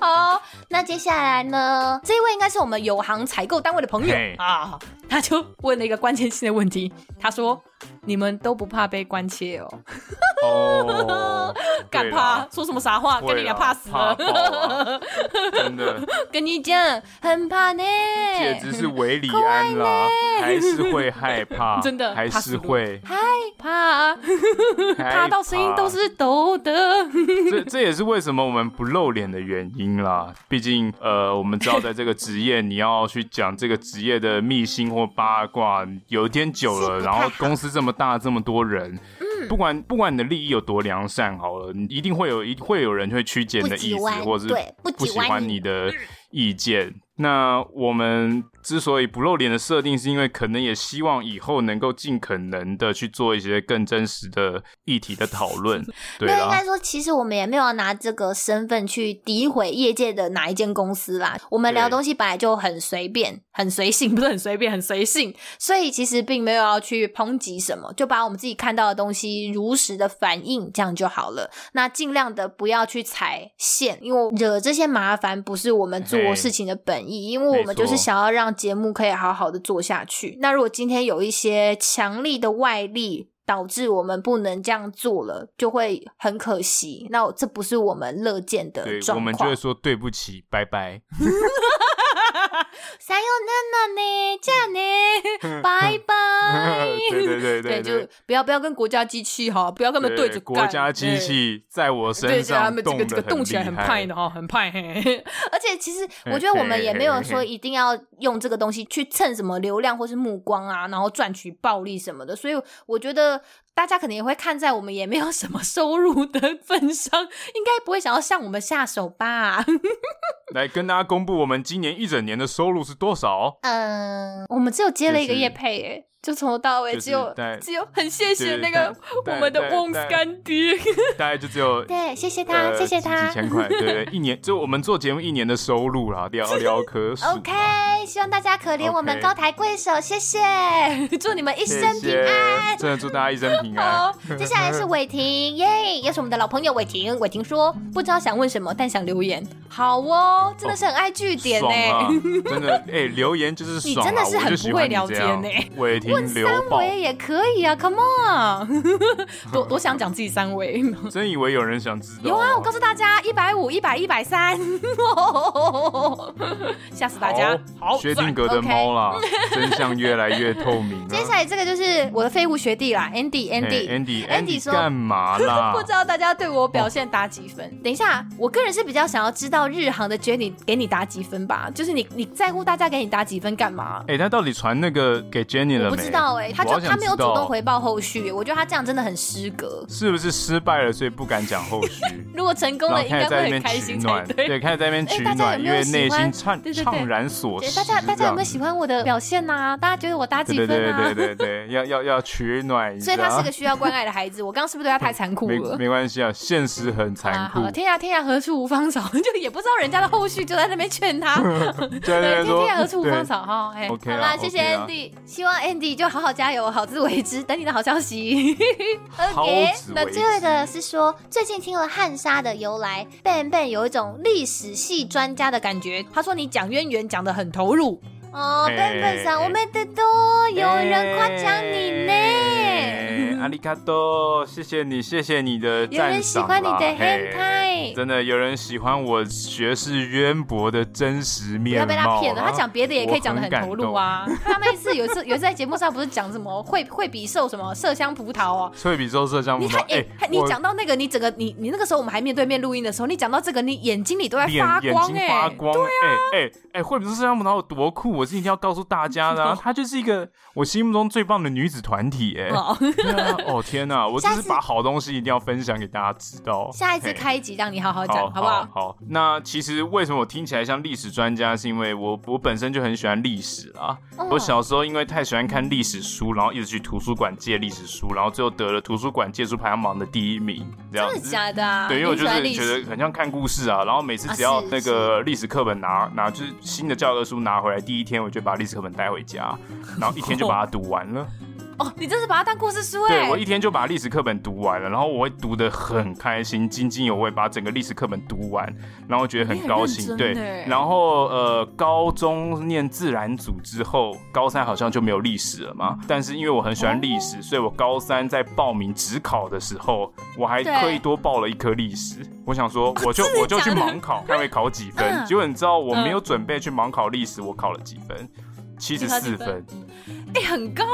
S3: 好，那接下来呢？这一位应该是我们友行采购单位的朋友，
S1: 嘿，
S2: 啊，他就问了一个关键性的问题，他说：“你们都不怕被关切哦？
S1: 哦，
S2: 敢
S1: 对
S2: 怕
S1: 啦？
S2: 说什么傻话？跟你俩怕死了！
S1: 会啦怕爆啊真 的，
S3: 跟你讲，很怕呢。
S1: 戒指是维里安啦，还是会害怕，
S2: 真的
S1: 还是会
S2: 怕
S1: 哎
S2: 啊，
S1: 怕
S2: 怕到声音都。是抖的。
S1: 这这也是为什么我们不露脸的原因啦。毕竟，呃，我们知道在这个职业，你要去讲这个职业的秘辛或八卦，有一天久了，
S3: 是不太嗯
S1: 然后公司这么大，这么多人。不管不管你的利益有多良善，好了，你一定会有一会有人会曲解你的意
S3: 不挤
S1: 思，
S3: 弯
S1: 或者是
S3: 对不
S1: 不
S3: 挤
S1: 喜
S3: 弯
S1: 欢
S3: 你嗯
S1: 你的意见。那我们之所以不露脸的设定，是因为可能也希望以后能够尽可能的去做一些更真实的议题的讨 论。对
S3: 没有，啊应
S1: 啦
S3: 该，说，其实我们也没有要拿这个身份去诋毁业界的哪一间公司啦。我们聊
S1: 对
S3: 东西本来就很随便、很随性， 不是很随便、很随性，所以其实并没有要去抨击什么，就把我们自己看到的东西如实的反映，这样就好了。那尽量的不要去踩线，因为惹这些麻烦不是我们做
S1: 嘿
S3: 事情的本意，因为我们
S1: 没错
S3: 就是想要让节目可以好好的做下去。那如果今天有一些强力的外力。导致我们不能这样做了，就会很可惜。那这不是我们乐见的
S1: 对，
S3: 状
S1: 我
S3: 况。
S1: 们就会说对不起，拜拜。
S3: 撒有娜娜呢，这样 呢，拜拜。
S1: 对对对
S2: 哎
S1: 对
S2: 对，就。不要不要跟国家机器哈，不要跟他们对着干。
S1: 国家机器在我
S2: 对。对
S1: 身
S2: 着他
S1: 上
S2: 们这个这个
S1: 得
S2: 动起来很
S1: 厉害
S2: 派的哈，很派。嘿嘿
S3: 而且其实我觉得我们也没有说一定要用这个东西去蹭什么流量或是目光啊，然后赚取暴利什么的，所以我觉得。大家可能也会看在我们也没有什么收入的份上，应该不会想要向我们下手吧？
S1: 来跟大家公布我们今年一整年的收入是多少？
S3: 嗯，我们只有接了一个
S1: 就是
S3: 叶配、欸，就从头到尾
S1: 就是
S3: 只有、
S1: 在
S3: 只有很谢谢那
S1: 对
S3: 个
S1: 对
S2: 我们的
S1: 对
S2: 翁
S1: 对
S2: 干爹，
S1: 大概就只有
S3: 对，谢谢他，
S1: 呃
S3: 谢谢
S1: 几
S3: 他
S1: 几。千块，对，一年就我们做节目一年的收入啦，寥寥可数。
S3: OK，希望哎大家可怜我们
S1: OK
S3: 高抬贵手，谢谢， 祝你们一
S1: 谢
S3: 生平
S1: 谢
S3: 安。，
S1: 真的祝大家一生平安
S3: 好。，接下来是伟霆，耶、又是我们的老朋友伟霆。伟霆说不知道想问什么，但想留言。 好哦，真的是很爱据点呢、
S1: 爽啊！真的，哎、留言就是爽、啊，
S2: 欸你真的是
S1: 我
S2: 很
S1: 就
S2: 不
S1: 喜
S2: 会
S1: 欢你
S2: 聊
S1: 这样。
S2: 天欸
S1: 伟霆流
S3: 我
S1: 爆，
S3: 也也可以啊，Come on！
S2: 多多想讲自己三 围。
S1: 真以为有人想知道？
S2: 有啊，我告诉 大家，一百五、一百、一百三，吓死大家！
S1: 好，薛定谔的猫啦，真相越来越透明了。
S3: 接下来这个就是我的废物学弟啦，Andy
S1: 哎
S3: Andy、
S1: Andy
S3: Andy
S1: Andy
S3: 说
S1: 干嘛 啦？哦
S2: 不知道大家对我表现打几分？
S3: 等一下，我个人是比较想要知道日航的 Jenny 给你打几分吧，就是你你在乎大家给你打几分干嘛？
S1: 哎、他到底传那个给 Jenny 了没？
S3: 我不知道哎、他
S1: 我
S3: 就
S1: 好想
S3: 他没有主
S1: 知
S3: 动
S1: 道
S3: 回报后续，我觉得他这样真的很失格。
S1: 是不是失败了，所以不敢讲后续？
S3: 如果成功
S1: 然
S3: 了，
S1: 后
S3: 应
S1: 开始
S3: 该
S1: 在那
S3: 会很
S1: 边
S3: 开
S1: 取
S3: 心才
S1: 暖，
S3: 对。
S1: 对，开始在那边取
S3: 大家
S1: 暖，
S3: 有没
S1: 因
S3: 有
S1: 为
S3: 喜
S1: 内心
S3: 欢
S1: 怅
S3: 对对对
S1: 怅然所
S3: 对，
S1: 失。
S3: 大家大家有没有喜
S1: 欢？
S3: 欢我的表现呐、大家觉得我打几
S1: 对对
S3: 分
S1: 对
S3: 啊？
S1: 对对对，要要要取暖一下。
S3: 所以他是个需要关爱的孩子。我刚刚是不是对他太残酷
S1: 没
S3: 了？
S1: 没关系啊，现实很
S3: 啊，
S1: 残酷
S3: 好，了，天涯天涯何处无芳草，就也不知道人家的后续，就在那边劝他。
S1: 就在那边
S3: 对，天
S1: 说
S3: 天涯何处无芳
S1: 对
S3: 草哈。哎，
S1: ，OK
S3: 好
S1: 啦
S3: 啦，谢谢
S1: 啊 OK 啦
S3: Andy，希望 Andy 就好好加油，好自为之，等你的好消息。
S1: 好
S3: OK，
S1: 自
S3: 那
S1: 为
S3: 最后一
S1: 之
S3: 个是说，最近听了汉莎的由来，Ben Ben 有一种历史系专家的感觉。
S2: 他说你讲渊源讲的很投入，
S3: 哦
S1: 哎
S3: ，Ben Ben さんおめでとう，有人夸奖你呢。
S1: 哎阿里卡多，谢谢你，谢谢你的
S3: 有人
S1: 赞
S3: 喜
S1: 赏
S3: 欢你的
S1: 啦嘿
S3: hentai
S1: 真的有人喜欢我学识渊博的真实
S2: 不
S1: 面
S2: 要
S1: 貌啊
S2: 被
S1: 啦。
S2: 他骗了。他讲别的也可以讲的很投入啊。
S3: 他那一次有一次有一次在节目上不是讲什么会会比寿什么麝香葡萄哦，
S1: 脆比寿麝香葡
S2: 你
S1: 萄
S2: 看，，哎、你
S1: 嗯我
S2: 讲到那个，你整个你你那个时候我们还面对面录音的时候，你讲到这个，你眼睛里都在
S1: 眼
S2: 发
S1: 眼
S2: 光
S1: 睛
S2: 哎、
S1: 发光，
S3: 啊
S1: 哎哎哎，惠比寿麝香葡萄有多酷？我是一定要告诉大家 的啊，她就是一个我心目中最棒的女子团体，哎，对啊哦天哪，我只
S3: 下
S1: 是
S3: 次
S1: 把好东西一定要分享给大家知道。
S3: 下一次
S1: 嘿
S3: 开一集让你好好
S1: 哎好
S3: 讲，好不好？
S1: 好，那其实为什么我听起来像历史专家，是因为我我本身就很喜欢历史啊。
S3: 哦
S1: 我小时候因为太喜欢看历史书，然后一直去图书馆借历史书，然后最后得了图书馆借书排行榜的第一名，这样
S3: 真的
S1: 子。
S3: 假的啊？
S1: 对，因为我
S3: 你
S1: 就
S3: 喜欢
S1: 是
S3: 历史
S1: 觉得很像看故事啊，然后每次只要
S3: 啊是
S1: 那个历史课本拿拿，就是新的教科书拿回来，第一天我就把历史课本带回家，然后一天就把它读完了。
S2: 哦，你真是把它当故事书哎、
S1: 对我一天就把历史课本读完了，然后我会读得很开心，津津有味，把整个历史课本读完，然后觉得很高兴。
S2: 你很认
S1: 对
S2: 真欸，
S1: 然后呃，高中念自然组之后，高三好像就没有历史了嘛。但是因为我很喜欢历史，所以我高三在报名职考的时候，我还
S3: 对
S1: 刻意多报了一科历史。我想说，我就我就去盲考，看会考几分。结果你知道，我没有准备去盲考历史，我考了几分？七十四分。
S2: 哎、很高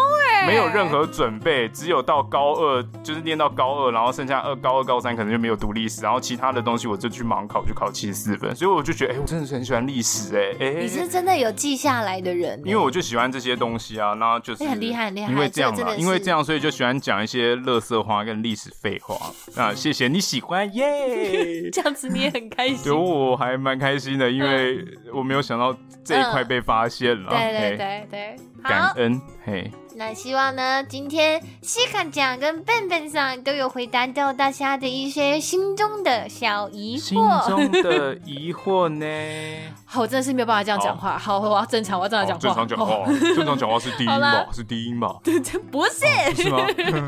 S1: 没有任何准备，只有到高二就是念到高二，然后剩下二高二高三可能就没有读历史，然后其他的东西我就去盲考，就考七十四分，所以我就觉得，哎、我真的是很喜欢历史、哎、哎，
S3: 你是真的有记下来的人哦呢，
S1: 因为我就喜欢这些东西啊，然后就是
S3: 哎很厉害很厉害
S1: 因为这样
S3: 这
S1: 啦，
S3: 个真的是
S1: 因为这样，所以就喜欢讲一些乐色话跟历史废话啊，谢谢你喜欢耶
S4: 这样子你也很开心
S1: 对，。我还蛮开心的，因为我没有想到这一块被发现了。
S3: 嗯对对
S1: 啊嘿，
S3: 对对，
S1: 感
S3: 好，
S1: 恩嘿。
S3: 那希望呢，今天西卡酱跟笨笨上都有回答到大家的一些心中的小疑
S1: 心
S3: 惑。
S1: 中的疑惑 呢？
S2: 好，我真的是没有办法这样讲话。好，我要正常，我要正常
S1: 哦
S2: 讲话。
S1: 正常讲
S2: 哦，
S1: 话，正常讲话是低音
S2: 好
S1: 吧
S2: 啦？
S1: 是低音吧？
S2: 不是，
S1: 是吗？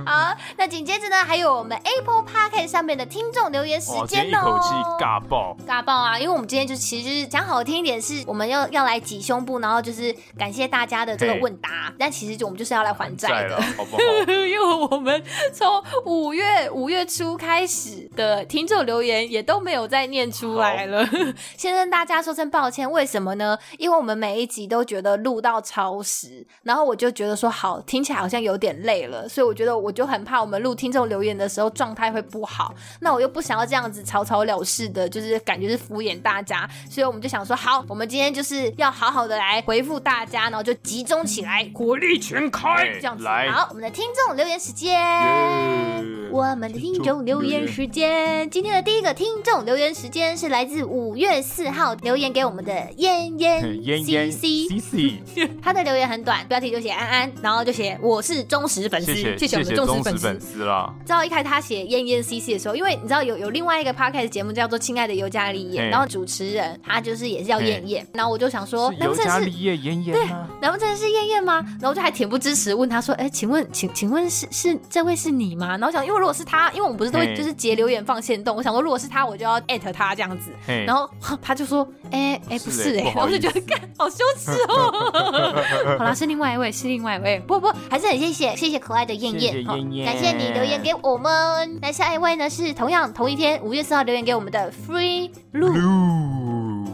S3: 好，那紧接着呢，还有我们 Apple Park 上面的听众留言时
S1: 哇，今天
S3: 间
S1: 一
S3: 哦，
S1: 口气尬爆，
S3: 尬爆啊！因为我们今天就其实就是讲好听一点，是我们要要来挤胸部，然后就是感谢大家的这个
S1: 嘿
S3: 问答。但其实就我们就是要来还
S1: 在
S3: 债
S1: 了
S3: 的。，
S1: 好 不好？
S2: 因为我们从五月五月初开始的听众留言也都没有再念出来了。
S3: 先跟大家说声抱歉，为什么呢？因为我们每一集都觉得录到超时，然后我就觉得说好听起来好像有点累了，所以我觉得我就很怕我们录听众留言的时候状态会不好。那我又不想要这样子草草了事的，就是感觉是敷衍大家，所以我们就想说好，我们今天就是要好好的来回复大家，然后就集中起来，火力全开，这样子。
S1: 来
S3: 好，我们的听众留言时间。
S1: 耶
S3: 我们的听众留言时间，今天的第一个听众留言时间是来自五月四号留言给我们的燕
S1: 嗯 嫣
S3: 燕
S1: 嫣
S3: C C，
S1: C C，
S3: 他的留言很短，标题就写安安，然后就写我是忠实粉丝，
S1: 谢谢
S3: 谢我
S1: 谢
S3: 们
S1: 谢
S3: 的忠
S1: 忠实
S3: 实粉丝
S1: 粉。丝啦，
S3: 知道一开始他写燕燕 C C 的时候，因为你知道有有另外一个 podcast 节目叫做《亲爱的尤加利叶》，
S1: 嘿
S3: 然后主持人他就是也是叫燕燕，然后我就想说，
S1: 是
S3: 难
S1: 尤
S3: 不成
S1: 加
S3: 是
S1: 利叶妍妍啊吗？
S3: 难不成是燕燕吗？然后我就还恬不知耻问他说：“哎、请问，请请问是是这位是你吗？”然后我想，因为如果是他，因为我们不是都
S1: 嘿
S3: 会就是截留言放线动，我想说如果是他，我就要艾特他这样子。
S1: 嘿
S3: 然后 哼他就说：“哎、哎、不是哎、
S1: 不
S3: 然后
S1: 好
S3: 我就
S1: 意
S3: 觉
S1: 思
S3: 得，干好羞耻哦。 好啦，是另外一位，是另外一位。不不，还是很谢谢谢谢可爱的燕
S1: 谢
S3: 燕，
S1: 谢
S3: 好
S1: 燕燕
S3: 感谢你留言给我们。那下一位呢是同样同一天五月四号留言给我们的 Free Lu。
S1: Blue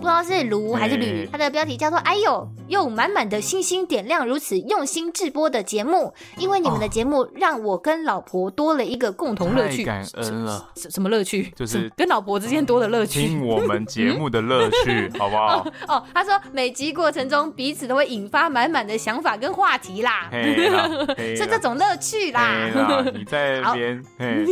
S3: 不知道是卢还是吕
S1: 哎，
S3: 它的标题叫做“哎呦”，用满满的星星点亮如此用心制播的节目，因为你们的节目让我跟老婆多了一个共同 乐
S1: 太
S3: 趣。
S1: 感恩了，
S2: 什什么乐趣？
S1: 就是
S2: 什么跟老婆之间多的乐趣。
S1: 听我们节目的乐趣，好不 好？
S3: 哦，他说每集过程中彼此都会引发满满的想法跟话题啦，
S1: 嘿啦，嘿
S3: 是
S1: 啦
S3: 这种乐趣啦
S1: 嘿。啦，你在那边，嘿，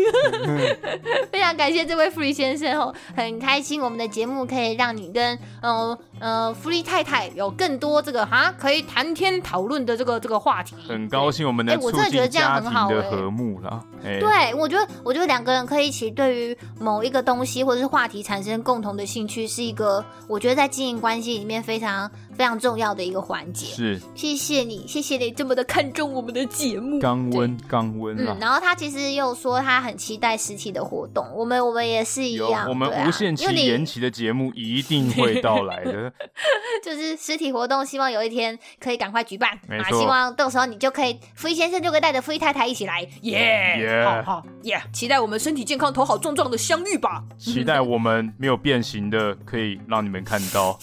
S3: 非常感谢这位 Free 先生哦，很开心我们的节目可以让你跟呃呃 Free 太太有更多这个哈可以谈天讨论的这个这个话题。
S1: 很高兴我们能
S3: 哎我
S1: 促
S3: 真的觉
S1: 进
S3: 得这样
S1: 家
S3: 很
S1: 庭
S3: 好
S1: 的
S3: 哎
S1: 和睦啦。哎，
S3: 对，我觉得，我觉得两个人可以一起对于某一个东西或者是话题产生共同的兴趣，是一个我觉得在经营关系里面非常非常重要的一个环节。
S1: 是
S3: 谢谢你，谢谢你这么的看重我们的节目。
S1: 刚温刚温啊啦
S3: 嗯，。然后他其实又说他很期待实体的活动，我们我们也是一
S1: 有
S3: 样，，
S1: 我们
S3: 对啊
S1: 无限期
S3: 因为你
S1: 延期的节目一定会到来的。
S3: 就是实体活动，希望有一天可以赶快举办
S1: 没
S3: 啊！
S1: 错
S3: 希望到时候你就可以，福一先生就可以带着福一太太一起来。
S1: 耶
S2: 耶，好好耶，期待我们身体健康、头好壮壮的相遇吧。
S1: 期待我们没有变形的，可以让你们看 到。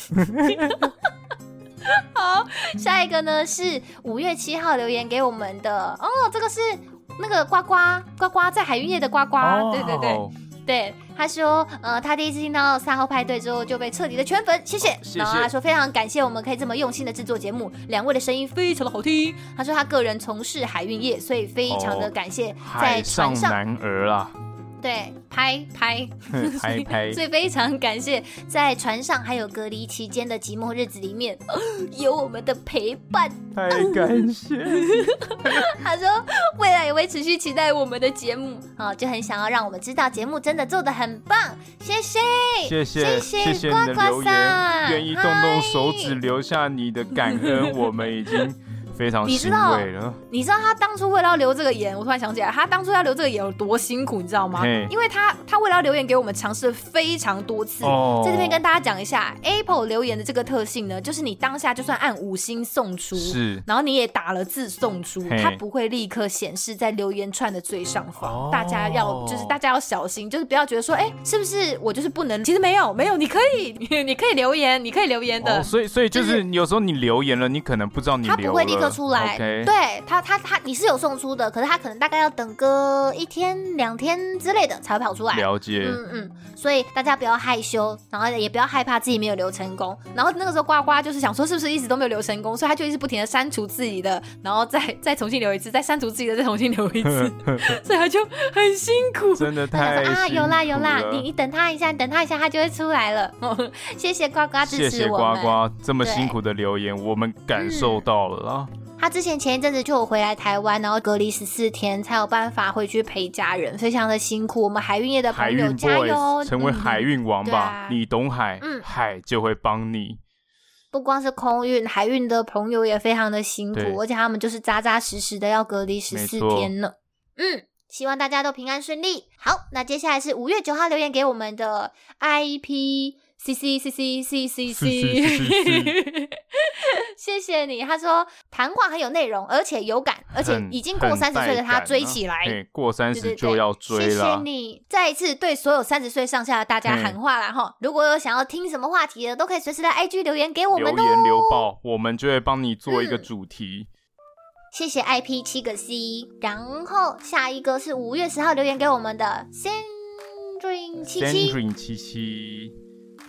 S3: 下一个呢是五月七号留言给我们的哦，这个是那个呱呱呱呱在海运夜的呱呱，
S1: 哦，
S3: 对对对对，他说呃他第一次听到三号派对之后就被彻底的圈粉，谢谢。
S1: 谢谢
S3: 然后他说非常感谢我们可以这么用心的制作节目，两位的声音非常的好听。他说他个人从事海运业，所以非常的
S1: 哦
S3: 感谢在
S1: 海上
S3: 船上
S1: 男儿啦，
S3: 对拍拍
S1: 哼 拍拍。
S3: 所以非常感谢在船上还有隔离期间的寂寞日子里面 有我们的陪伴。
S1: 太感谢 你，
S3: 他说未来也会持续期待我们的节目，哦，就很想要让我们知道节目真的做的很棒，谢谢。
S1: 谢谢
S3: 谢
S1: 谢你的留
S3: 呱呱桑
S1: 言，愿意动动手指留下你的感恩，我们已经非常
S3: 你知
S1: 欣
S3: 道
S1: 慰了。
S2: 你知道他当初为了要留这个言，我突然想起来，他当初要留这个言有多辛苦，你知道吗
S1: 嘿？
S2: 因为他他为了要留言给我们尝试了非常多次。
S1: 哦
S2: 在这边跟大家讲一下，Apple 留言的这个特性呢，就是你当下就算按五星送出，
S1: 是
S2: 然后你也打了字送出，
S1: 嘿
S2: 它不会立刻显示在留言串的最上方。
S1: 哦
S2: 大家要就是大家要小心，就是不要觉得说，哎，是不是我就是不能？其实没有没有，你可以 你可以留言，你可以留言的。
S1: 哦，所以所以就是有时候你留言了，你可能不知道你
S3: 他
S1: 留
S3: 不会立刻出来
S1: o k
S3: 对他，他他你是有送出的，可是他可能大概要等个一天两天之类的才会跑出来。
S1: 了解。
S3: 嗯嗯，所以大家不要害羞，然后也不要害怕自己没有留成功。
S2: 然后那个时候呱呱就是想说是不是一直都没有留成功，所以他就一直不停的删除自己的，然后再再重新留一次，再删除自己的，再重新留一次，所以他就很辛苦。
S1: 真的
S3: 嗯他
S1: 太
S3: 想说啊，
S1: 辛苦
S3: 有啦有啦，
S1: 了
S3: 你你等他一下，你等他一下，他就会出来了。哦谢谢呱呱
S1: 谢
S3: 支
S1: 谢
S3: 持我
S1: 呱
S3: 们。
S1: 呱这么
S3: 对嗯
S1: 辛苦的留言，我们感受到了啦。
S3: 他之前前一阵子就有回来台湾，然后隔离十四天才有办法回去陪家人，非常的辛苦。我们海运业的
S1: 海
S3: 朋友
S1: 运
S3: 加油！
S1: boys 成为海
S3: 嗯、
S1: 运王
S3: 对
S1: 吧
S3: 啊，
S1: 你懂海
S3: 嗯，
S1: 海就会帮你。
S3: 不光是空运，海运的朋友也非常的辛苦
S1: 对，
S3: 而且他们就是扎扎实实的要隔离十四
S1: 没错
S3: 天呢。嗯，希望大家都平安顺利。好，那接下来是五月九号留言给我们的 IP。C C C C C C
S1: 是是
S3: C，
S1: 是是是
S3: 谢谢你。他说谈话很有内容，而且有感，而且
S1: 很
S3: 已经过
S1: 很
S3: 三十岁的
S1: 带
S3: 他
S1: 感
S3: 追
S1: 啊
S3: 起来，
S1: 嘿过三
S3: 对对
S1: 十
S3: 对
S1: 就要追
S3: 谢谢
S1: 啦。
S3: 你，再一次对所有三十岁上下的大家喊话啦哈！如果有想要听什么话题的，都可以随时来 IG 留言给我
S1: 留
S3: 们
S1: 言
S3: 哦。
S1: 留爆，我们就会帮你做一个
S3: 嗯
S1: 主题。
S3: 谢谢 IP 七个 C，然后下一个是五月十号留言给我们的 Sandrine 七
S1: d a n d r
S3: 七
S1: i n 七七，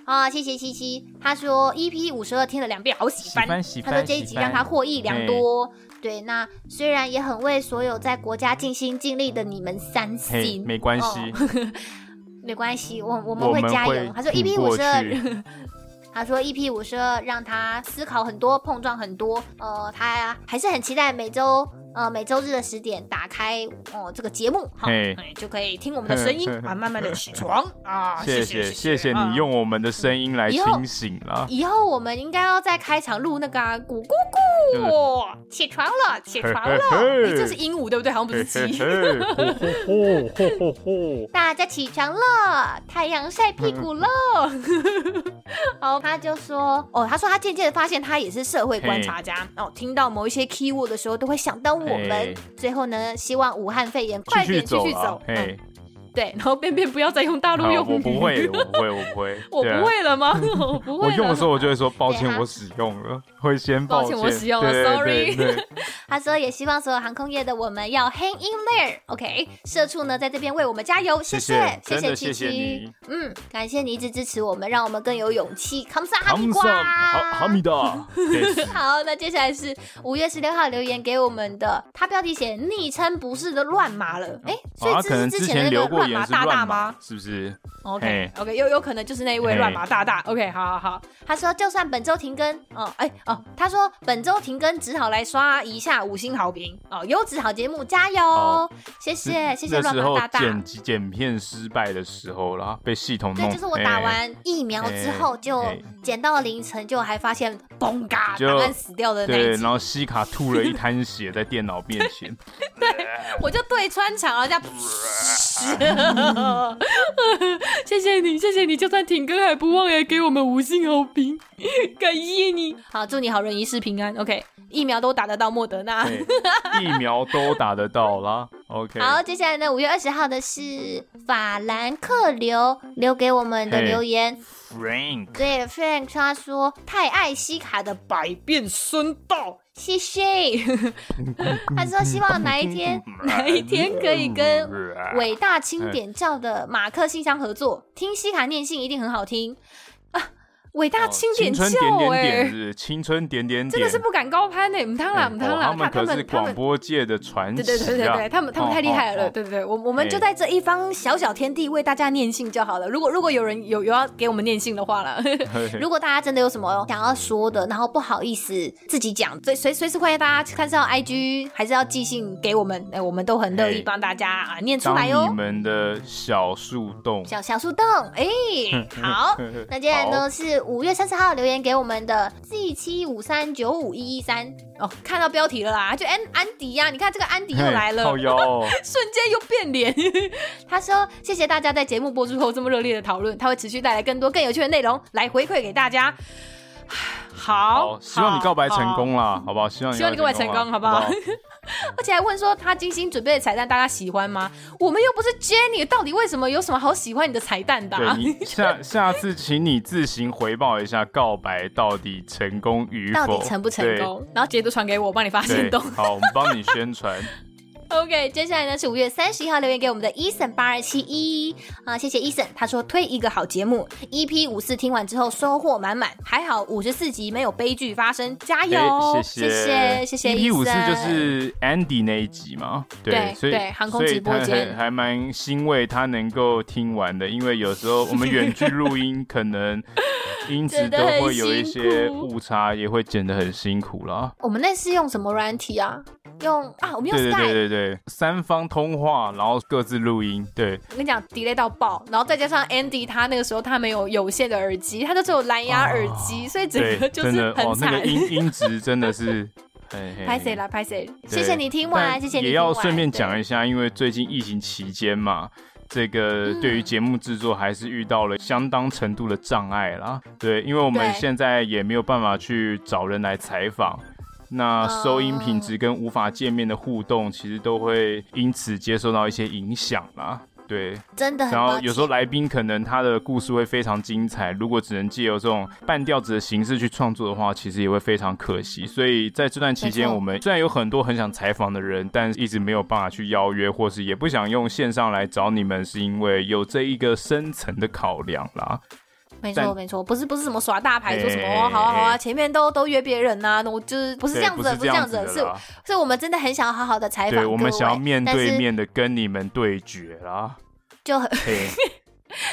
S3: 啊，谢谢七七，他说 EP 五十二听了两遍，好喜
S1: 喜
S3: 欢。
S1: 欢喜
S3: 他说
S1: 欢，
S3: 这一集
S1: 喜欢
S3: 让他获益良多。对，那虽然也很为所有在国家尽心尽力的你们三
S1: 嘿，
S3: 心，
S1: 没关系，
S3: 哦没关系，我我们
S1: 我
S3: 会
S1: 们
S3: 加油。他说
S1: 挺
S3: EP 五
S1: 过
S3: 十二
S1: 去
S3: 他说 EP 五十二让他思考很多，碰撞很多。呃，他还是很期待每周呃每周日的十点打开哦、这个节目，好、
S1: 嘿
S3: 哎就可以听我
S2: 我
S3: 们
S2: 们
S3: 的
S2: 的
S3: 声
S2: 声
S3: 音
S2: 音。啊，慢慢的起床啊！
S1: 嗯谢
S2: 谢
S1: 谢谢谢你。
S2: 啊
S1: 用我们的声音来
S3: 以后
S1: 清醒了。
S3: 以后我们应该要在开场录那个啊咕咕
S1: 就是
S2: 哦
S3: 咕，起床了，起床了，
S1: 嘿
S2: 哎，这是鹦鹉对不对？好像不
S1: 嘿
S2: 是
S1: 嘿
S2: 鸡。
S1: 嘿， 吼吼吼吼吼吼！
S3: 大家起床了，太阳晒屁股 了。好，他就说
S2: 哦，他说他渐渐的发现他也是社会观察家哦，听到某一些 keyword 的时候都会想到我
S1: 嘿
S2: 们。
S3: 最后呢，希望武汉肺炎快
S1: 去
S3: 点继
S1: 走
S3: 续
S1: 啦
S3: 走，，嗯
S1: 嘿，
S4: 对，然后便便不要再用大陆
S1: 好
S4: 用
S1: 我
S4: 语，
S1: 不会，我不 会，我不会，
S4: 我
S1: 对啊
S4: 不。会了 吗？我不会
S1: 我
S4: 了。
S1: 用的时候，我就会说抱歉
S3: 对，啊
S1: 我使用了，会先
S4: 抱
S1: 歉
S4: 歉我使用了
S1: 对对
S4: sorry
S1: 对对
S3: 他说也希望所有航空业的我们要 hang in there，OK？、社畜呢在这边为我们加油，
S1: 谢
S3: 谢
S1: 谢，，真的
S3: 七
S1: 谢谢
S3: 七，
S1: 你，
S3: 嗯，感谢你一直支持我们，让我们更有勇气。康萨 哈
S1: 哈
S3: 密
S1: 姆
S3: 瓜，
S1: 萨，哈哈密 达，对
S3: 好，那接下来是五月十六号留言给我们的，他标题写昵称不是的乱码了，哎、所
S1: 哦他
S3: 以
S1: 可
S3: 这
S1: 能
S3: 是
S1: 之
S3: 前
S1: 前
S3: 的那
S1: 留
S3: 个
S1: 过
S3: 乱
S1: 言
S3: 码
S1: 是
S3: 大大
S1: 乱
S3: 吗
S1: 码？，是不是？
S2: OK
S1: 嘿
S2: OK，有有可能就是那一位
S1: 嘿
S2: 乱码大大。OK，好好好，
S3: 他说就算本周停更，哦，哎、哦，他说本周停更只好来刷一下五星好评哦，优质好节目，加油！
S1: 哦
S3: 谢谢谢谢
S1: 那
S3: 乱
S1: 时
S3: 码
S1: 候
S3: 大大。
S1: 剪辑剪片失败的时候啦，被系统弄，
S3: 对，就是我打
S1: 哎
S3: 完疫苗之后，就
S1: 哎
S3: 剪到凌晨，就还发现嘣嘎，
S1: 就
S3: 档案死掉的那
S1: 对，
S3: 一集
S1: 然，后西卡吐了一滩血在电脑面前，
S4: 我就对穿墙，然后这样
S1: 嗯
S4: 谢谢你，谢谢你，就算停更还不忘哎给我们五星好评，感谢你。好，祝你好人一世平安。OK，疫苗都打得到莫德纳。
S1: 对，疫苗都打得到啦。OK，
S3: 好，接下来呢，五月二十号的是法兰克留留给我们的
S1: 嘿
S3: 留言。
S1: ，Frank，
S3: 对，Frank 他说太爱西卡的百变孙道，谢谢。他说希望哪一天哪一天可以跟伟大清点教的马克信箱合作，听西卡念信一定很好听。
S2: 伟大
S1: 哦
S2: 清点
S1: 青
S2: 教
S1: 春点点
S2: 哎、
S1: 点是青春点点点，
S2: 真的是不敢高攀哎、欸，唔汤啦
S1: 哎
S2: 唔汤
S1: 哦
S2: 啦，
S1: 他们
S2: 他
S1: 可是
S2: 们他
S1: 广
S2: 们。
S1: 播界的传奇啊，
S2: 对对对对对，他们他们
S1: 哦
S2: 太厉害了，
S1: 哦
S2: 对对对，我我们
S1: 哎
S2: 就在这一方小小天地为大家念信就好了。如果如果有人有有要给我们念信的话了，
S1: 哦
S3: 如果大家真的有什么想要说的，然后不好意思自己讲，
S2: 随随随时欢迎大家看到 IG，还是要寄信给我们，哎，我们都很乐意
S1: 哎
S2: 帮大家啊念出
S1: 当
S2: 来哟
S1: 你。们的小树洞，
S3: 小小树洞，哎、好。那接下来呢是五月三十号留言给我们的 Z 七五三九五一一三，
S2: 哦，看到标题了啦，就安安迪呀、你看这个安迪
S1: 嘿？
S2: 又来了
S1: 靠，腰哦，
S2: 瞬间又变脸。 他说：“谢谢大家在节目播出后这么热烈的讨论，他会持续带来更多更有趣的内容来回馈给大家。” 好
S1: 好，，希望你告白成
S2: 好，
S1: 功啦，好不好？希望
S2: 希望你告白成功好不好
S1: 好
S2: 而且还问说他精心准备的彩蛋大家喜欢吗？我们又不是 Jenny，到底为什么有什么好喜欢你的彩蛋的、
S1: 对
S2: 啊？
S1: 你下下次，请你自行回报一下告白到底成功与
S2: 到
S1: 否，
S2: 底成不成功？然后截图传给我，我帮你发
S1: 对？
S2: 现
S1: 哦对
S2: 动。，
S1: 好，我们帮你宣 传。
S3: OK，接下来呢是五月三十一号留言给我们的 Eason 八二七一啊，谢谢 Eason，他说推一个好节目，EP 五四听完之后收获满满，还好五十四集没有悲剧发生，加油！
S2: 哦
S1: 哎，
S3: 谢
S1: 谢
S3: 谢谢
S1: EP 五四
S3: Eason
S1: 就是 Andy 那一集嘛，
S2: 对
S1: 所以
S2: 对航空
S1: 所以
S2: 直播
S1: 他
S2: 间
S1: 还还蛮欣慰他能够听完的，因为有时候我们远距录 音可能音质
S4: 真的
S1: 都
S4: 很
S1: 会有一
S4: 辛
S1: 些
S4: 苦
S1: 误差，也会剪得很辛苦啦。
S3: 我们那是用什么软体啊？用啊，我们用
S1: 对对
S3: Skype
S1: 对对对，三方通话，然后各自录音，对，
S2: 我跟你讲，delay 到爆，然后再加上 Andy 他那个时候他没有有线的耳机，他就只有蓝牙耳机，所以整
S1: 对
S2: 个，就
S1: 真
S2: 是
S1: 的
S2: 很
S1: 哦，那
S2: 惨
S1: 个。音音质真的是，嘿嘿
S2: 拍谁
S1: 嘿
S2: 啦？啊拍谁？
S3: 谢谢你听完，
S1: 但
S3: 谢谢你
S1: 也
S3: 听完
S1: 要顺便讲一下，因为最近疫情期间嘛，这个
S2: 嗯
S1: 对于节目制作还是遇到了相当程度的障碍啦。对，因为我们
S2: 对
S1: 现在也没有办法去找人来采访。那
S2: 哦
S1: 收音品质跟无法见面的互动，其实都会因此接受到一些影响啦。对，
S3: 对真的很
S1: 然
S3: 嗯抱
S1: 后
S3: 歉
S1: 有时候来宾可能他的故事会非常精彩，如果只能借由这种半调子的形式去创作的话，其实也会非常可惜。所以在这段期
S3: 没
S1: 间，
S3: 错
S1: 我们虽然有很多很想采访的人，但一直没有办法去邀约，或是也不想用线上来找你们，是因为有这一个深层的考量啦。
S3: 没
S1: 但
S3: 错没错，不是不是什么耍大牌，说什么哦好啊好
S1: 哎
S3: 啊，
S2: 前面都都约别人呐、那我就是不
S3: 不
S2: 是
S3: 是这样子的，
S1: 对
S3: 不
S1: 不是
S3: 是这
S1: 这
S3: 样
S1: 样
S3: 子
S1: 子的
S3: 的，
S1: 啦
S3: 是是我们真的很想要好好的采访
S1: 对，
S3: 各位，
S1: 我们想要面
S3: 但
S1: 对
S3: 是
S1: 面的跟你们对决啦。
S3: 就很
S1: 嘿，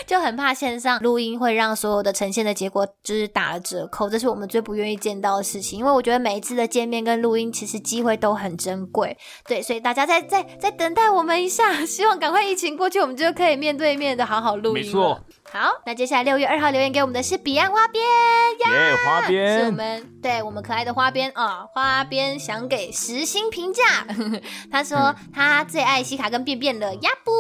S3: 就很怕线上录音会让所有的呈现的结果就是打了折扣，这是我们最不愿意见到的事情。因为我觉得每一次的见面跟录音，其实机会都很珍贵，对，所以大家再再再等待我们一下， 希望赶快疫情过去，我们就可以面对面的好好录
S1: 没
S3: 音。
S1: 错。，
S3: 好，那接下来六月二号留言给我们的是彼岸花边
S1: 耶、花
S3: 是我
S1: 边，
S3: 们对我们可爱的花边啊、花边想
S1: 嗯
S3: 给十星评价。他说他最爱西卡跟便便了呀不。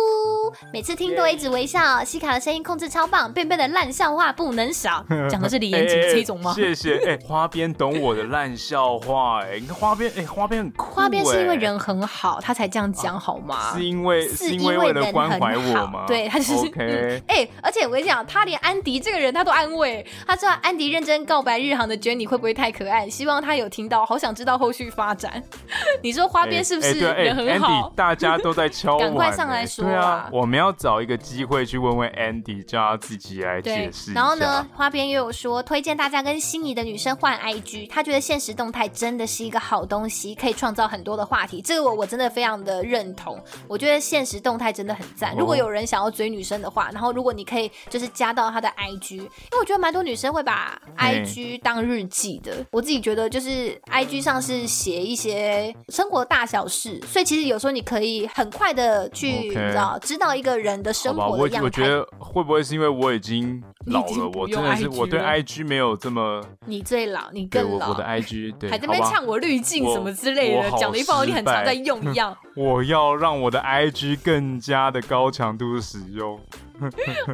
S3: 每次听都会一直微笑。西卡的声音控制超棒，便便的烂笑话不 能少。 讲的是李
S1: 哎
S3: 延吉
S1: 哎
S3: 这种吗？
S1: 谢谢，哎、花边懂我的烂笑话、哎，你看花边，哎、花边很酷、
S3: 花边是因为
S1: 哎
S3: 人很好，他才这样讲好吗？
S1: 是因为
S3: 是因
S1: 因为为了
S3: 人
S1: 关
S3: 很
S1: 怀我
S3: 好
S1: 吗？
S3: 对他就是
S1: OK，
S3: 哎、而且我跟你讲，他连安迪这个人他都安慰，他知道安迪认真告白日航的 Jenny 会不会太可爱，希望他有听到，好想知道后续发展。 你说 花边是不
S1: 哎哎
S3: 是
S1: 对哎
S3: 人很
S1: Andy，
S3: 好？
S1: 大家都在敲碗、
S3: 赶快上来说
S1: 哎对啊
S3: 啊！
S1: 我们要找一个机会去问问 Andy，叫他自己来解释一下。
S3: 然后呢，花边又有说推荐大家跟心仪的女生换 IG，他觉得现实动态真的是一个好东西，可以创造很多的话题。这个我我真的非常的认同，我觉得现实动态真的很
S1: 哦
S3: 赞。如果有人想要追女生的话，然后如果你可以就是加到她的 IG，因为我觉得蛮多女生会把
S1: 嘿
S3: IG 当日记的。我自己觉得就是 IG 上是写一些生活大小事，所以其实有时候你可以很快的去
S1: OK
S3: 你知道知道一个人的
S1: 好
S3: 生
S1: 吧，
S3: 活
S1: 我
S3: 的样态。
S1: 我觉得会不会是因为我已经老
S4: 你已
S1: 了
S4: 经，不
S1: 我真
S4: 用
S1: 的是
S4: IG
S1: 我对
S4: 了
S1: IG 没有这么
S3: 你最老，你
S1: 对
S3: 更
S1: 我
S3: 老。
S1: 我的 IG 对，
S4: 还在那边
S1: 好吧
S4: 呛我滤镜
S1: 我
S4: 什么之类的
S1: 我好，
S4: 讲的一副好像你很常在用一样。
S1: 我要让我的 IG 更加的高强度使用，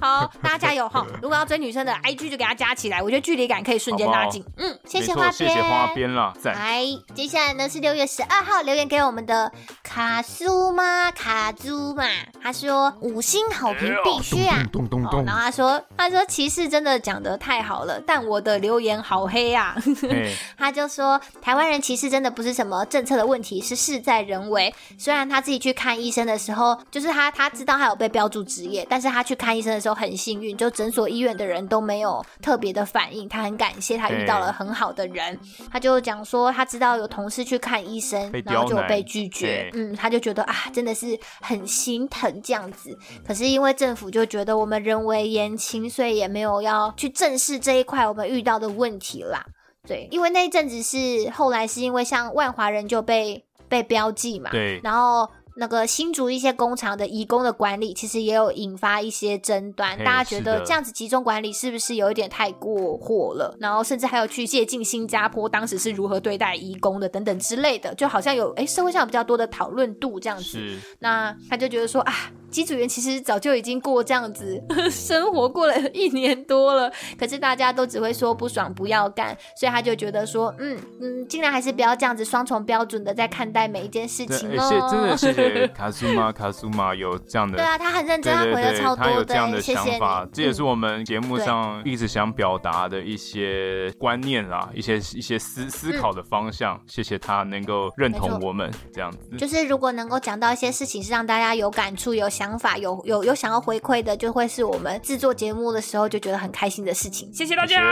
S3: 好，大家加油 哈！如果要追女生的 IG 就给她加起来，我觉得距离感可以瞬间拉近。嗯，谢
S1: 没
S3: 谢
S1: 错
S3: 花边，
S1: 谢谢花。边啦，赞。
S3: 来，接下来呢是六月十二号留言给我们的卡苏妈卡朱玛，他说五星好评必须啊。
S1: 咚咚
S3: 哦、然后他说：“他说骑士真的讲得太好了，但我的留言好黑啊。”
S1: 哎，
S3: 他就说，台湾人歧视真的不是什么政策的问题，是事在人为。虽然他自己去看医生的时候，就是他他知道他有被标注职业，但是他去看医生的时候很幸运，就诊所医院的人都没有特别的反应，他很感谢他遇到了很好的人。他就讲说，他知道有同事去看医生
S1: 被，刁
S3: 然后就有
S1: 难
S3: 被拒绝
S1: 对，
S3: 嗯，他就觉得啊，真的是很心疼这样子。可是因为政府就觉得我们人为言轻，所以也没有要去正视这一块我们遇到的问题啦。对，因为那一阵子是后来是因为像万华人就被被标记嘛，
S1: 对
S3: 然后那个新竹一些工厂的移工的管理，其实也有引发一些争端，
S1: 嘿
S3: 大家觉
S1: 是
S3: 得
S1: 的
S3: 这样子集中管理是不是有一点太过火了？然后甚至还有去借鉴新加坡当时是如何对待移工的等等之类的，就好像有哎社会上有比较多的讨论度这样子。
S1: 是
S3: 那他就觉得说啊，机组员其实早就已经过这样子生活过了一年多了，可是大家都只会说不爽不要干，所以他就觉得说，嗯嗯，尽量还是不要这样子双重标准的在看待每一件事
S1: 对，
S3: 情
S1: 哎
S3: 哦。
S1: 谢真的谢谢卡苏 玛卡苏玛有这样的
S3: 对啊，他很认
S1: 对
S3: 真，他
S1: 对
S3: 回了
S1: 对，
S3: 超
S1: 他
S3: 多
S1: 有这样的
S3: 谢
S1: 想
S3: 谢
S1: 法，这也
S3: 你。嗯
S1: 是我们节目
S3: 对
S1: 上一直想表达的一些观念啦，一些一些思思考的方向。谢谢他能够认
S3: 嗯没
S1: 同
S3: 错
S1: 我们这样子。
S3: 嗯就是如果能够讲到一些事情是让大家有感触、有想法、有有有想要回馈的，就会是我们制作节目的时候就觉得很开心的事情。
S4: 谢谢大
S1: 谢谢
S4: 家。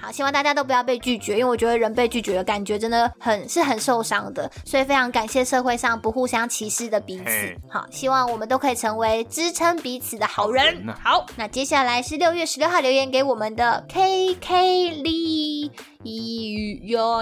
S3: 好，希望大家都不要被拒绝，因为我觉得人被拒绝的感觉真的很是很受伤的，所以非常感谢社会上不互相歧视的彼此
S1: 嘿。
S3: 好，希望我们都可以成为支撑彼此的好人。
S1: 好人啊呐
S3: 好，那接下来是六月十六号留言给我们的 K K 李哟，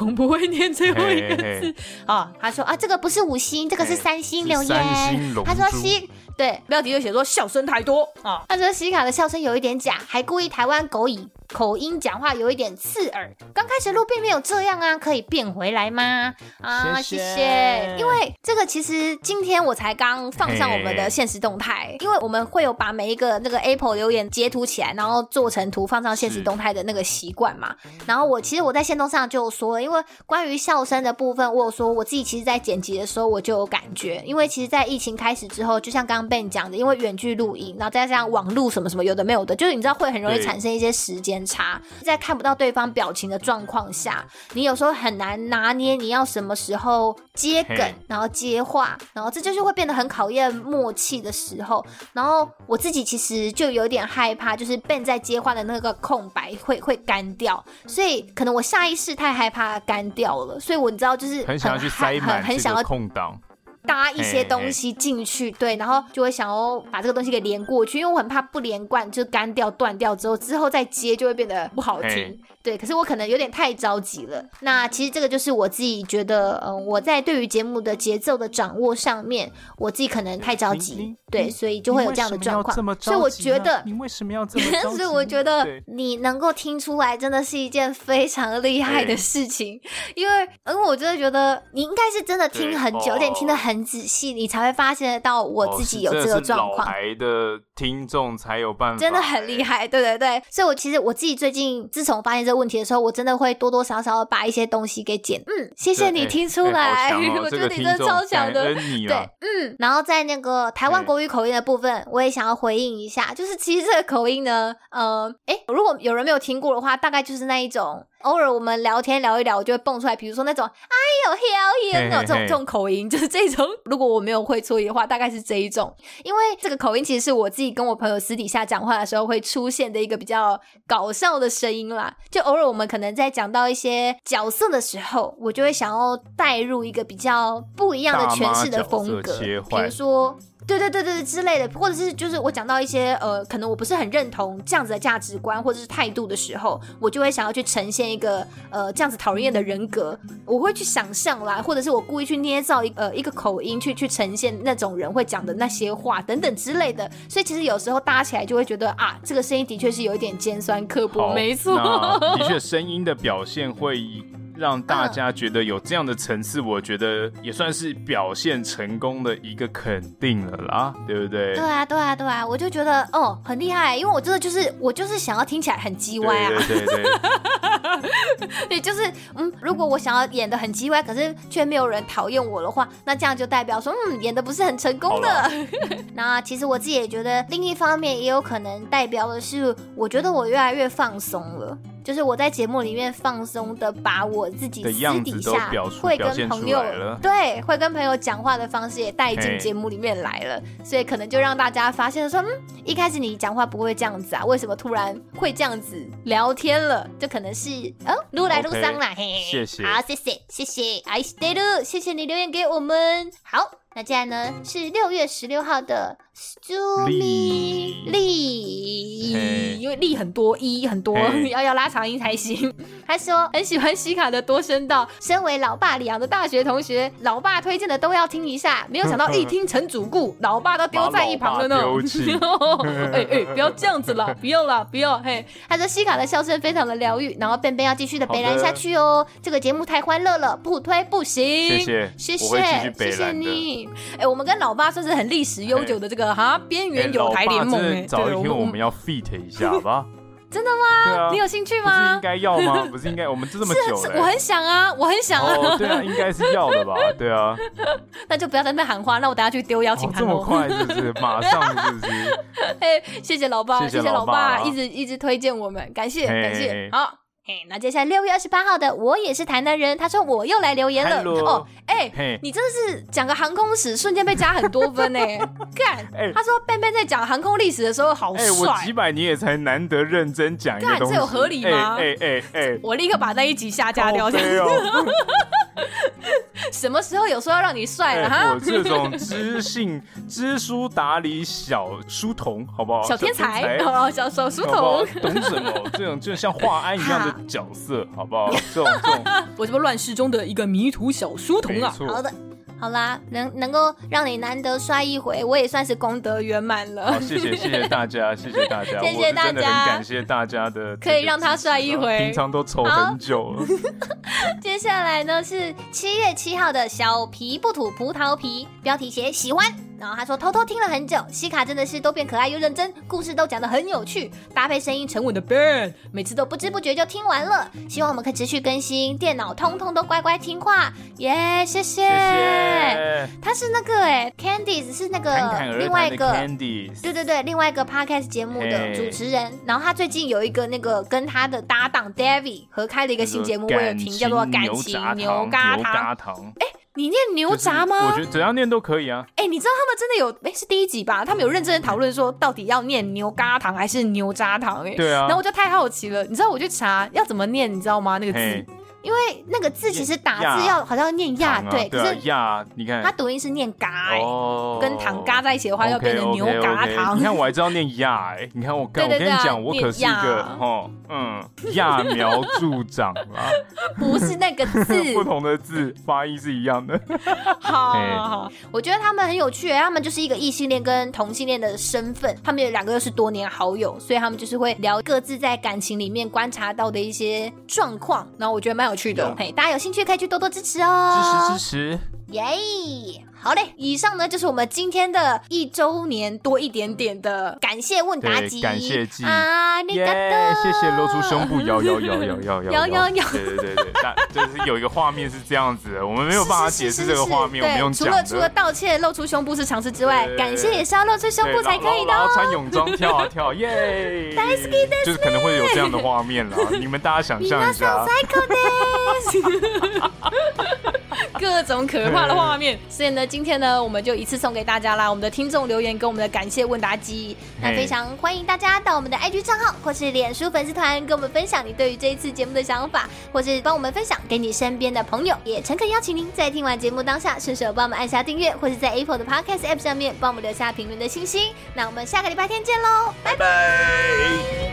S4: 我不会念最后一个
S1: 嘿嘿
S4: 字，
S3: 啊，他说啊，这个不是五星，这个是
S1: 嘿
S3: 三星
S1: 是
S3: 留言。
S1: 三星龙
S3: 他说
S1: 珠
S3: 西对，
S4: 标题就写说笑声太多啊。
S3: 他说西卡的笑声有一点假，还故意台湾狗以口音讲话有一点刺耳。刚开始录并没有这样啊，可以变回来吗？啊，
S1: 谢
S3: 谢
S1: 谢
S3: 因为这个其实今天我才刚放上我们的现实动态，因为我们会有把每一个那个 Apple 留言截图起来，然后做成图放上现实
S1: 是
S3: 动态的那个习惯嘛。然后我其实我在线动上就有说了，因为关于笑声的部分，我有说我自己其实，在剪辑的时候我就有感觉，因为其实，在疫情开始之后，就像刚刚被你讲的，因为远距录音，然后再加上网路什么什么有的没有的，就是你知道会很容易
S1: 对
S3: 产生一些时间差，在看不到对方表情的状况下，你有时候很难拿捏你要什么时候接梗
S1: 嘿，
S3: 然后接话，然后这就是会变得很考验默契的时候。然后我自己其实就有点害怕，就是 Ben 在接话的那个空白会会干掉，所以可能我下意识太害怕干掉了，所以我你知道就是
S1: 很想要去塞
S3: 很
S1: 满
S3: 很很
S1: 这
S3: 想
S1: 个
S3: 要
S1: 空档，
S3: 搭一些东西进去，对，然后就会想要把这个东西给连过去，因为我很怕不连贯就干掉断掉之后，之后再接就会变得不好
S1: 嘿
S3: 听。对，可是我可能有点太着急了。那其实这个就是我自己觉得，嗯，我在对于节目的节奏的掌握上面，我自己可能太着
S1: 你
S3: 急
S1: 你，
S3: 对，所以就会有这样的状况。
S1: 啊
S3: 所以我觉得
S1: 你为什么要这么着急呢？
S3: 但是我觉得
S1: 对
S3: 你能够听出来，真的是一件非常厉害的事情，因为因为我真的觉得你应该是真的听很久，
S1: 对哦
S3: 而且你听得很很仔细，你才会发现得到我自己有这
S1: 哦是真
S3: 个
S1: 的是
S3: 状况
S1: 老。牌的听众才有办法，
S3: 真的很厉害，对对对，所以我其实我自己最近自从我发现这个问题的时候，我真的会多多少少把一些东西给剪。嗯，谢
S1: 对。
S3: 谢你
S1: 哎
S3: 听出
S1: 哎好
S3: 来，
S1: 强哦
S3: 我觉
S1: 这个
S3: 得你
S1: 听
S3: 真的
S1: 众
S3: 超强的。
S1: 感恩你啊
S3: 对
S1: 了，
S3: 嗯，然后在那个台湾
S1: 嗯
S3: 国语口音的部分，我也想要回应一下，就是其实这个口音呢，呃，诶，如果有人没有听过的话，大概就是那一种，偶尔我们聊天聊一聊，我就会蹦出来，比如说那种哎呦嘿呦
S1: 嘿
S3: 嘿，那种这
S1: 嘿
S3: 种这种口音，就是这种。如果我没有会错意的话，大概是这一种，因为这个口音其实是我自己跟我朋友私底下讲话的时候会出现的一个比较搞笑的声音啦。就偶尔我们可能在讲到一些角色的时候，我就会想要带入一个比较不一样的诠释的风
S1: 大
S3: 格，
S1: 妈角色切
S3: 比
S1: 换
S3: 如说。对对对对对之类的，或者是就是我讲到一些呃，可能我不是很认同这样子的价值观或者是态度的时候，我就会想要去呈现一个呃这样子讨人厌的人格，我会去想象啦，或者是我故意去捏造一呃一个口音去去呈现那种人会讲的那些话等等之类的，所以其实有时候搭起来就会觉得啊，这个声音的确是有一点尖酸刻薄
S1: 好，，
S4: 没错
S1: 那 的确，声音的表现会让大家觉得有这样的层次，我觉得也算是表现成功的一个肯定了啦，对不对？
S3: 对啊，对啊，对啊，我就觉得哦，很厉害，因为我真的就是我就是想要听起来很叽歪啊，
S1: 对对对对，
S3: 对，就是嗯，如果我想要演的很叽歪，可是却没有人讨厌我的话，那这样就代表说嗯，演的不是很成功
S1: 好
S3: 的。 那其实我自己也觉得，另一方面也有可能代表的是，我觉得我越来越放松了。就是我在节目里面放松的，把我自己
S1: 的
S3: 私
S1: 样子
S3: 底
S1: 都
S3: 下
S1: 表出
S3: 会
S1: 表
S3: 跟
S1: 现
S3: 朋
S1: 出
S3: 友
S1: 来了
S3: 对会跟朋友讲话的方式也带进
S1: 嘿
S3: 节目里面来了，所以可能就让大家发现说，嗯，一开始你讲话不会这样子啊，为什么突然会这样子聊天了？就可能是哦，撸来撸
S1: OK，
S3: 桑啦，嘿，
S1: 谢谢
S3: 好，谢谢，谢谢，爱してる，谢谢你留言给我们。好，那接下来呢是六月十六号的 Stumi
S1: 力嘿哎
S3: 力，
S2: 因为力很多，一很多，
S1: 嘿
S2: 要要拉长音 才行。
S3: 他说
S2: 很喜欢西卡的多声道，
S3: 身为老爸里昂的大学同学，老
S2: 老爸推荐的都要听一下，没有想到一听成主顾，老爸都丢在一旁了呢
S1: 把老爸丢 弃。
S2: 哎哎，不要这样 子啦，不要啦，不要嘿。
S3: 他说西卡的笑声非常的疗愈，然后便便要继续的
S1: 好
S3: 北兰
S1: 的
S3: 下去哦，这个节目太欢乐了，不推不行。
S1: 谢 谢，
S3: 谢
S1: 我会继续
S3: 谢，谢
S1: 北
S3: 谢
S1: 兰的。
S3: 你。
S2: 哎，我们跟老爸算是很历史悠久的这个哈边
S1: 哎
S2: 缘
S1: 老
S2: 友
S1: 爸
S2: 台联盟
S1: 真
S2: 哎，
S1: 的早一
S2: 对
S1: 天我们要 fit 一下吧。
S2: 真
S1: 的吗？对啊，
S2: 你有兴趣
S1: 不是应
S2: 吗？
S1: 该要 吗？不是应该，我们这么久
S2: 是
S1: 了、欸
S2: 我很想啊，我很想啊，
S1: 哦，对啊，应该是要 的吧？对啊，
S2: 那就不 要在那边喊话，那我等下去丢邀请
S1: 哦、
S2: 函
S1: 这么
S2: 喽。
S1: 快是不 是？马上是不是？
S2: 嘿，谢谢老爸，
S1: 谢谢
S2: 谢
S1: 老爸
S2: 一直一直推荐我们，感谢
S1: 嘿
S2: 感谢
S1: 嘿。
S2: 好，
S3: 嘿，那接下来六月二十八号的我也是台南人，他说我又来留言了
S1: Hello
S3: 哦，
S2: 哎，
S1: 嘿，
S2: 你真的是讲个航空史，瞬间被加很多分呢、 干，
S1: 哎
S2: 他说贝贝在讲航空历史的时候好
S1: 哎、
S2: 帅，
S1: 我几百年也才难得认真讲一个
S2: 干
S1: 东西，
S2: 这有合理吗
S1: 哎哎哎哎，
S2: 我立刻把那一集下 架掉。
S1: 靠背哦！
S2: 什么时候有说要让你帅了
S1: 哎
S2: 哈
S1: 我？ 这种知性、知书达理小书童，好不好？
S2: 小天才，
S1: 小
S2: 哦，小手书
S1: 好不好
S2: 童，
S1: 懂什么？这种就像华安一样的角 色，好不好？这种这种，
S2: 我这么乱世中的一个迷途小书童
S1: 没
S2: 啊。
S1: 错
S3: 好。的，好啦，能能够让你难得摔一回，我也算是功德圆满了。
S1: 好，谢 谢谢谢大家，谢谢大家，
S3: 谢谢
S1: 我是真的
S3: 大家
S1: 很感谢大家的这个支持啊，
S2: 可以让他帅一回
S1: 平常都愁很久了，
S3: 接下来呢是七月七号的小皮不吐葡萄皮，标题写喜欢。然后他说偷偷听了很久，西卡真的是都变可爱又认真，故事都讲得很有趣，搭配声音沉稳的 Ben，每次都不知不觉就听完了。希望我们可以持续更新，电脑通通都乖乖听话，耶、谢谢。
S1: 谢谢。
S3: 他是那个哎、c a n d i c e 是那个
S1: 侃侃而
S3: 另外
S1: 谈的
S3: 一个
S1: Candy，
S3: 对对对，另外一个 podcast 节目的
S1: 嘿
S3: 主持人，然后他最近有一个那个跟他的搭档 David 合开了一个新节目，我有听，叫做《感情牛轧
S1: 牛
S3: 糖》。
S1: 轧糖，哎，
S2: 你念牛杂
S1: 我
S2: 吗？
S1: 觉得怎样念都可以啊。
S2: 哎、你知道他们真的有哎、是第一集吧？他们有认真的讨论说到底要念牛轧糖还是牛轧糖、哎，
S1: 对啊
S2: 然后我就太好奇了，你知道我去查要怎么念，你知道吗？那个字
S1: 嘿，
S3: 因为那个字其实打
S1: 亚
S3: 字要好像念亚，
S1: 糖啊
S3: 对，
S1: 对
S3: 可
S1: 啊
S3: 是
S1: 亚，你看
S3: 它读音是念嘎、欸，
S1: 哦，
S2: 跟糖嘎在一起的话，要变成牛
S1: OK，OK，OK
S2: 轧糖。
S1: 你看我还知道念亚哎，你看我干，
S2: 对
S1: 我
S2: 对
S1: 跟
S2: 对
S1: 你
S2: 啊
S1: 讲，我可是一
S2: 念亚
S1: 个哦，嗯，揠苗助长啊，
S2: 不是那个 字
S1: 不同的字发音是一样的。
S2: 好
S1: 哎
S2: 好好
S3: 我觉得他们很有趣、欸，他们就是一个异性恋跟同性恋的身份，他们有两个又是多年好友，所以他们就是会聊各自在感情里面观察到的一些状况，然后我觉得蛮有趣的
S1: 有，
S3: 哦嘿，大家有兴趣可以去多多支持哦，
S1: 支持支持，
S3: 耶好嘞，以上呢就是我们今天的一周年多一点点的感谢问答
S1: 对
S3: 集，
S1: 感谢季
S3: 啊，你
S1: 耶、谢谢露出胸部摇摇摇摇摇
S3: 摇摇摇
S1: 对对对对，那就是有一个画面是这样子的，我们没有办法解释这个画面，我们用
S3: 除
S1: 讲
S3: 了
S1: 的。
S3: 除了道歉、露出胸部是常识之外，
S1: 对
S3: 感谢也是要露出胸
S1: 对
S3: 部才
S1: 然后
S3: 可以的
S1: 然后然后
S3: 哦。
S1: 穿泳装跳啊跳，耶！就是可能会有这样的画面啦，你们大家想象一下。
S3: 各种可怕的画面。所以呢，今天呢，我们就一次送给大家啦，我们的听众留言跟我们的感谢问答机。那
S1: 嘿
S3: 非常欢迎大家到我们的 IG 账号或是脸书粉丝团，跟我们分享你对于这一次节目的想法，或是帮我们分享给你身边的朋友。也诚恳邀请您在听完节目当下，顺手帮我们按下订阅，或是在 Apple 的 Podcast App 上面帮我们留下评论的星星。那我们下个礼拜天见喽，拜拜。
S1: 拜。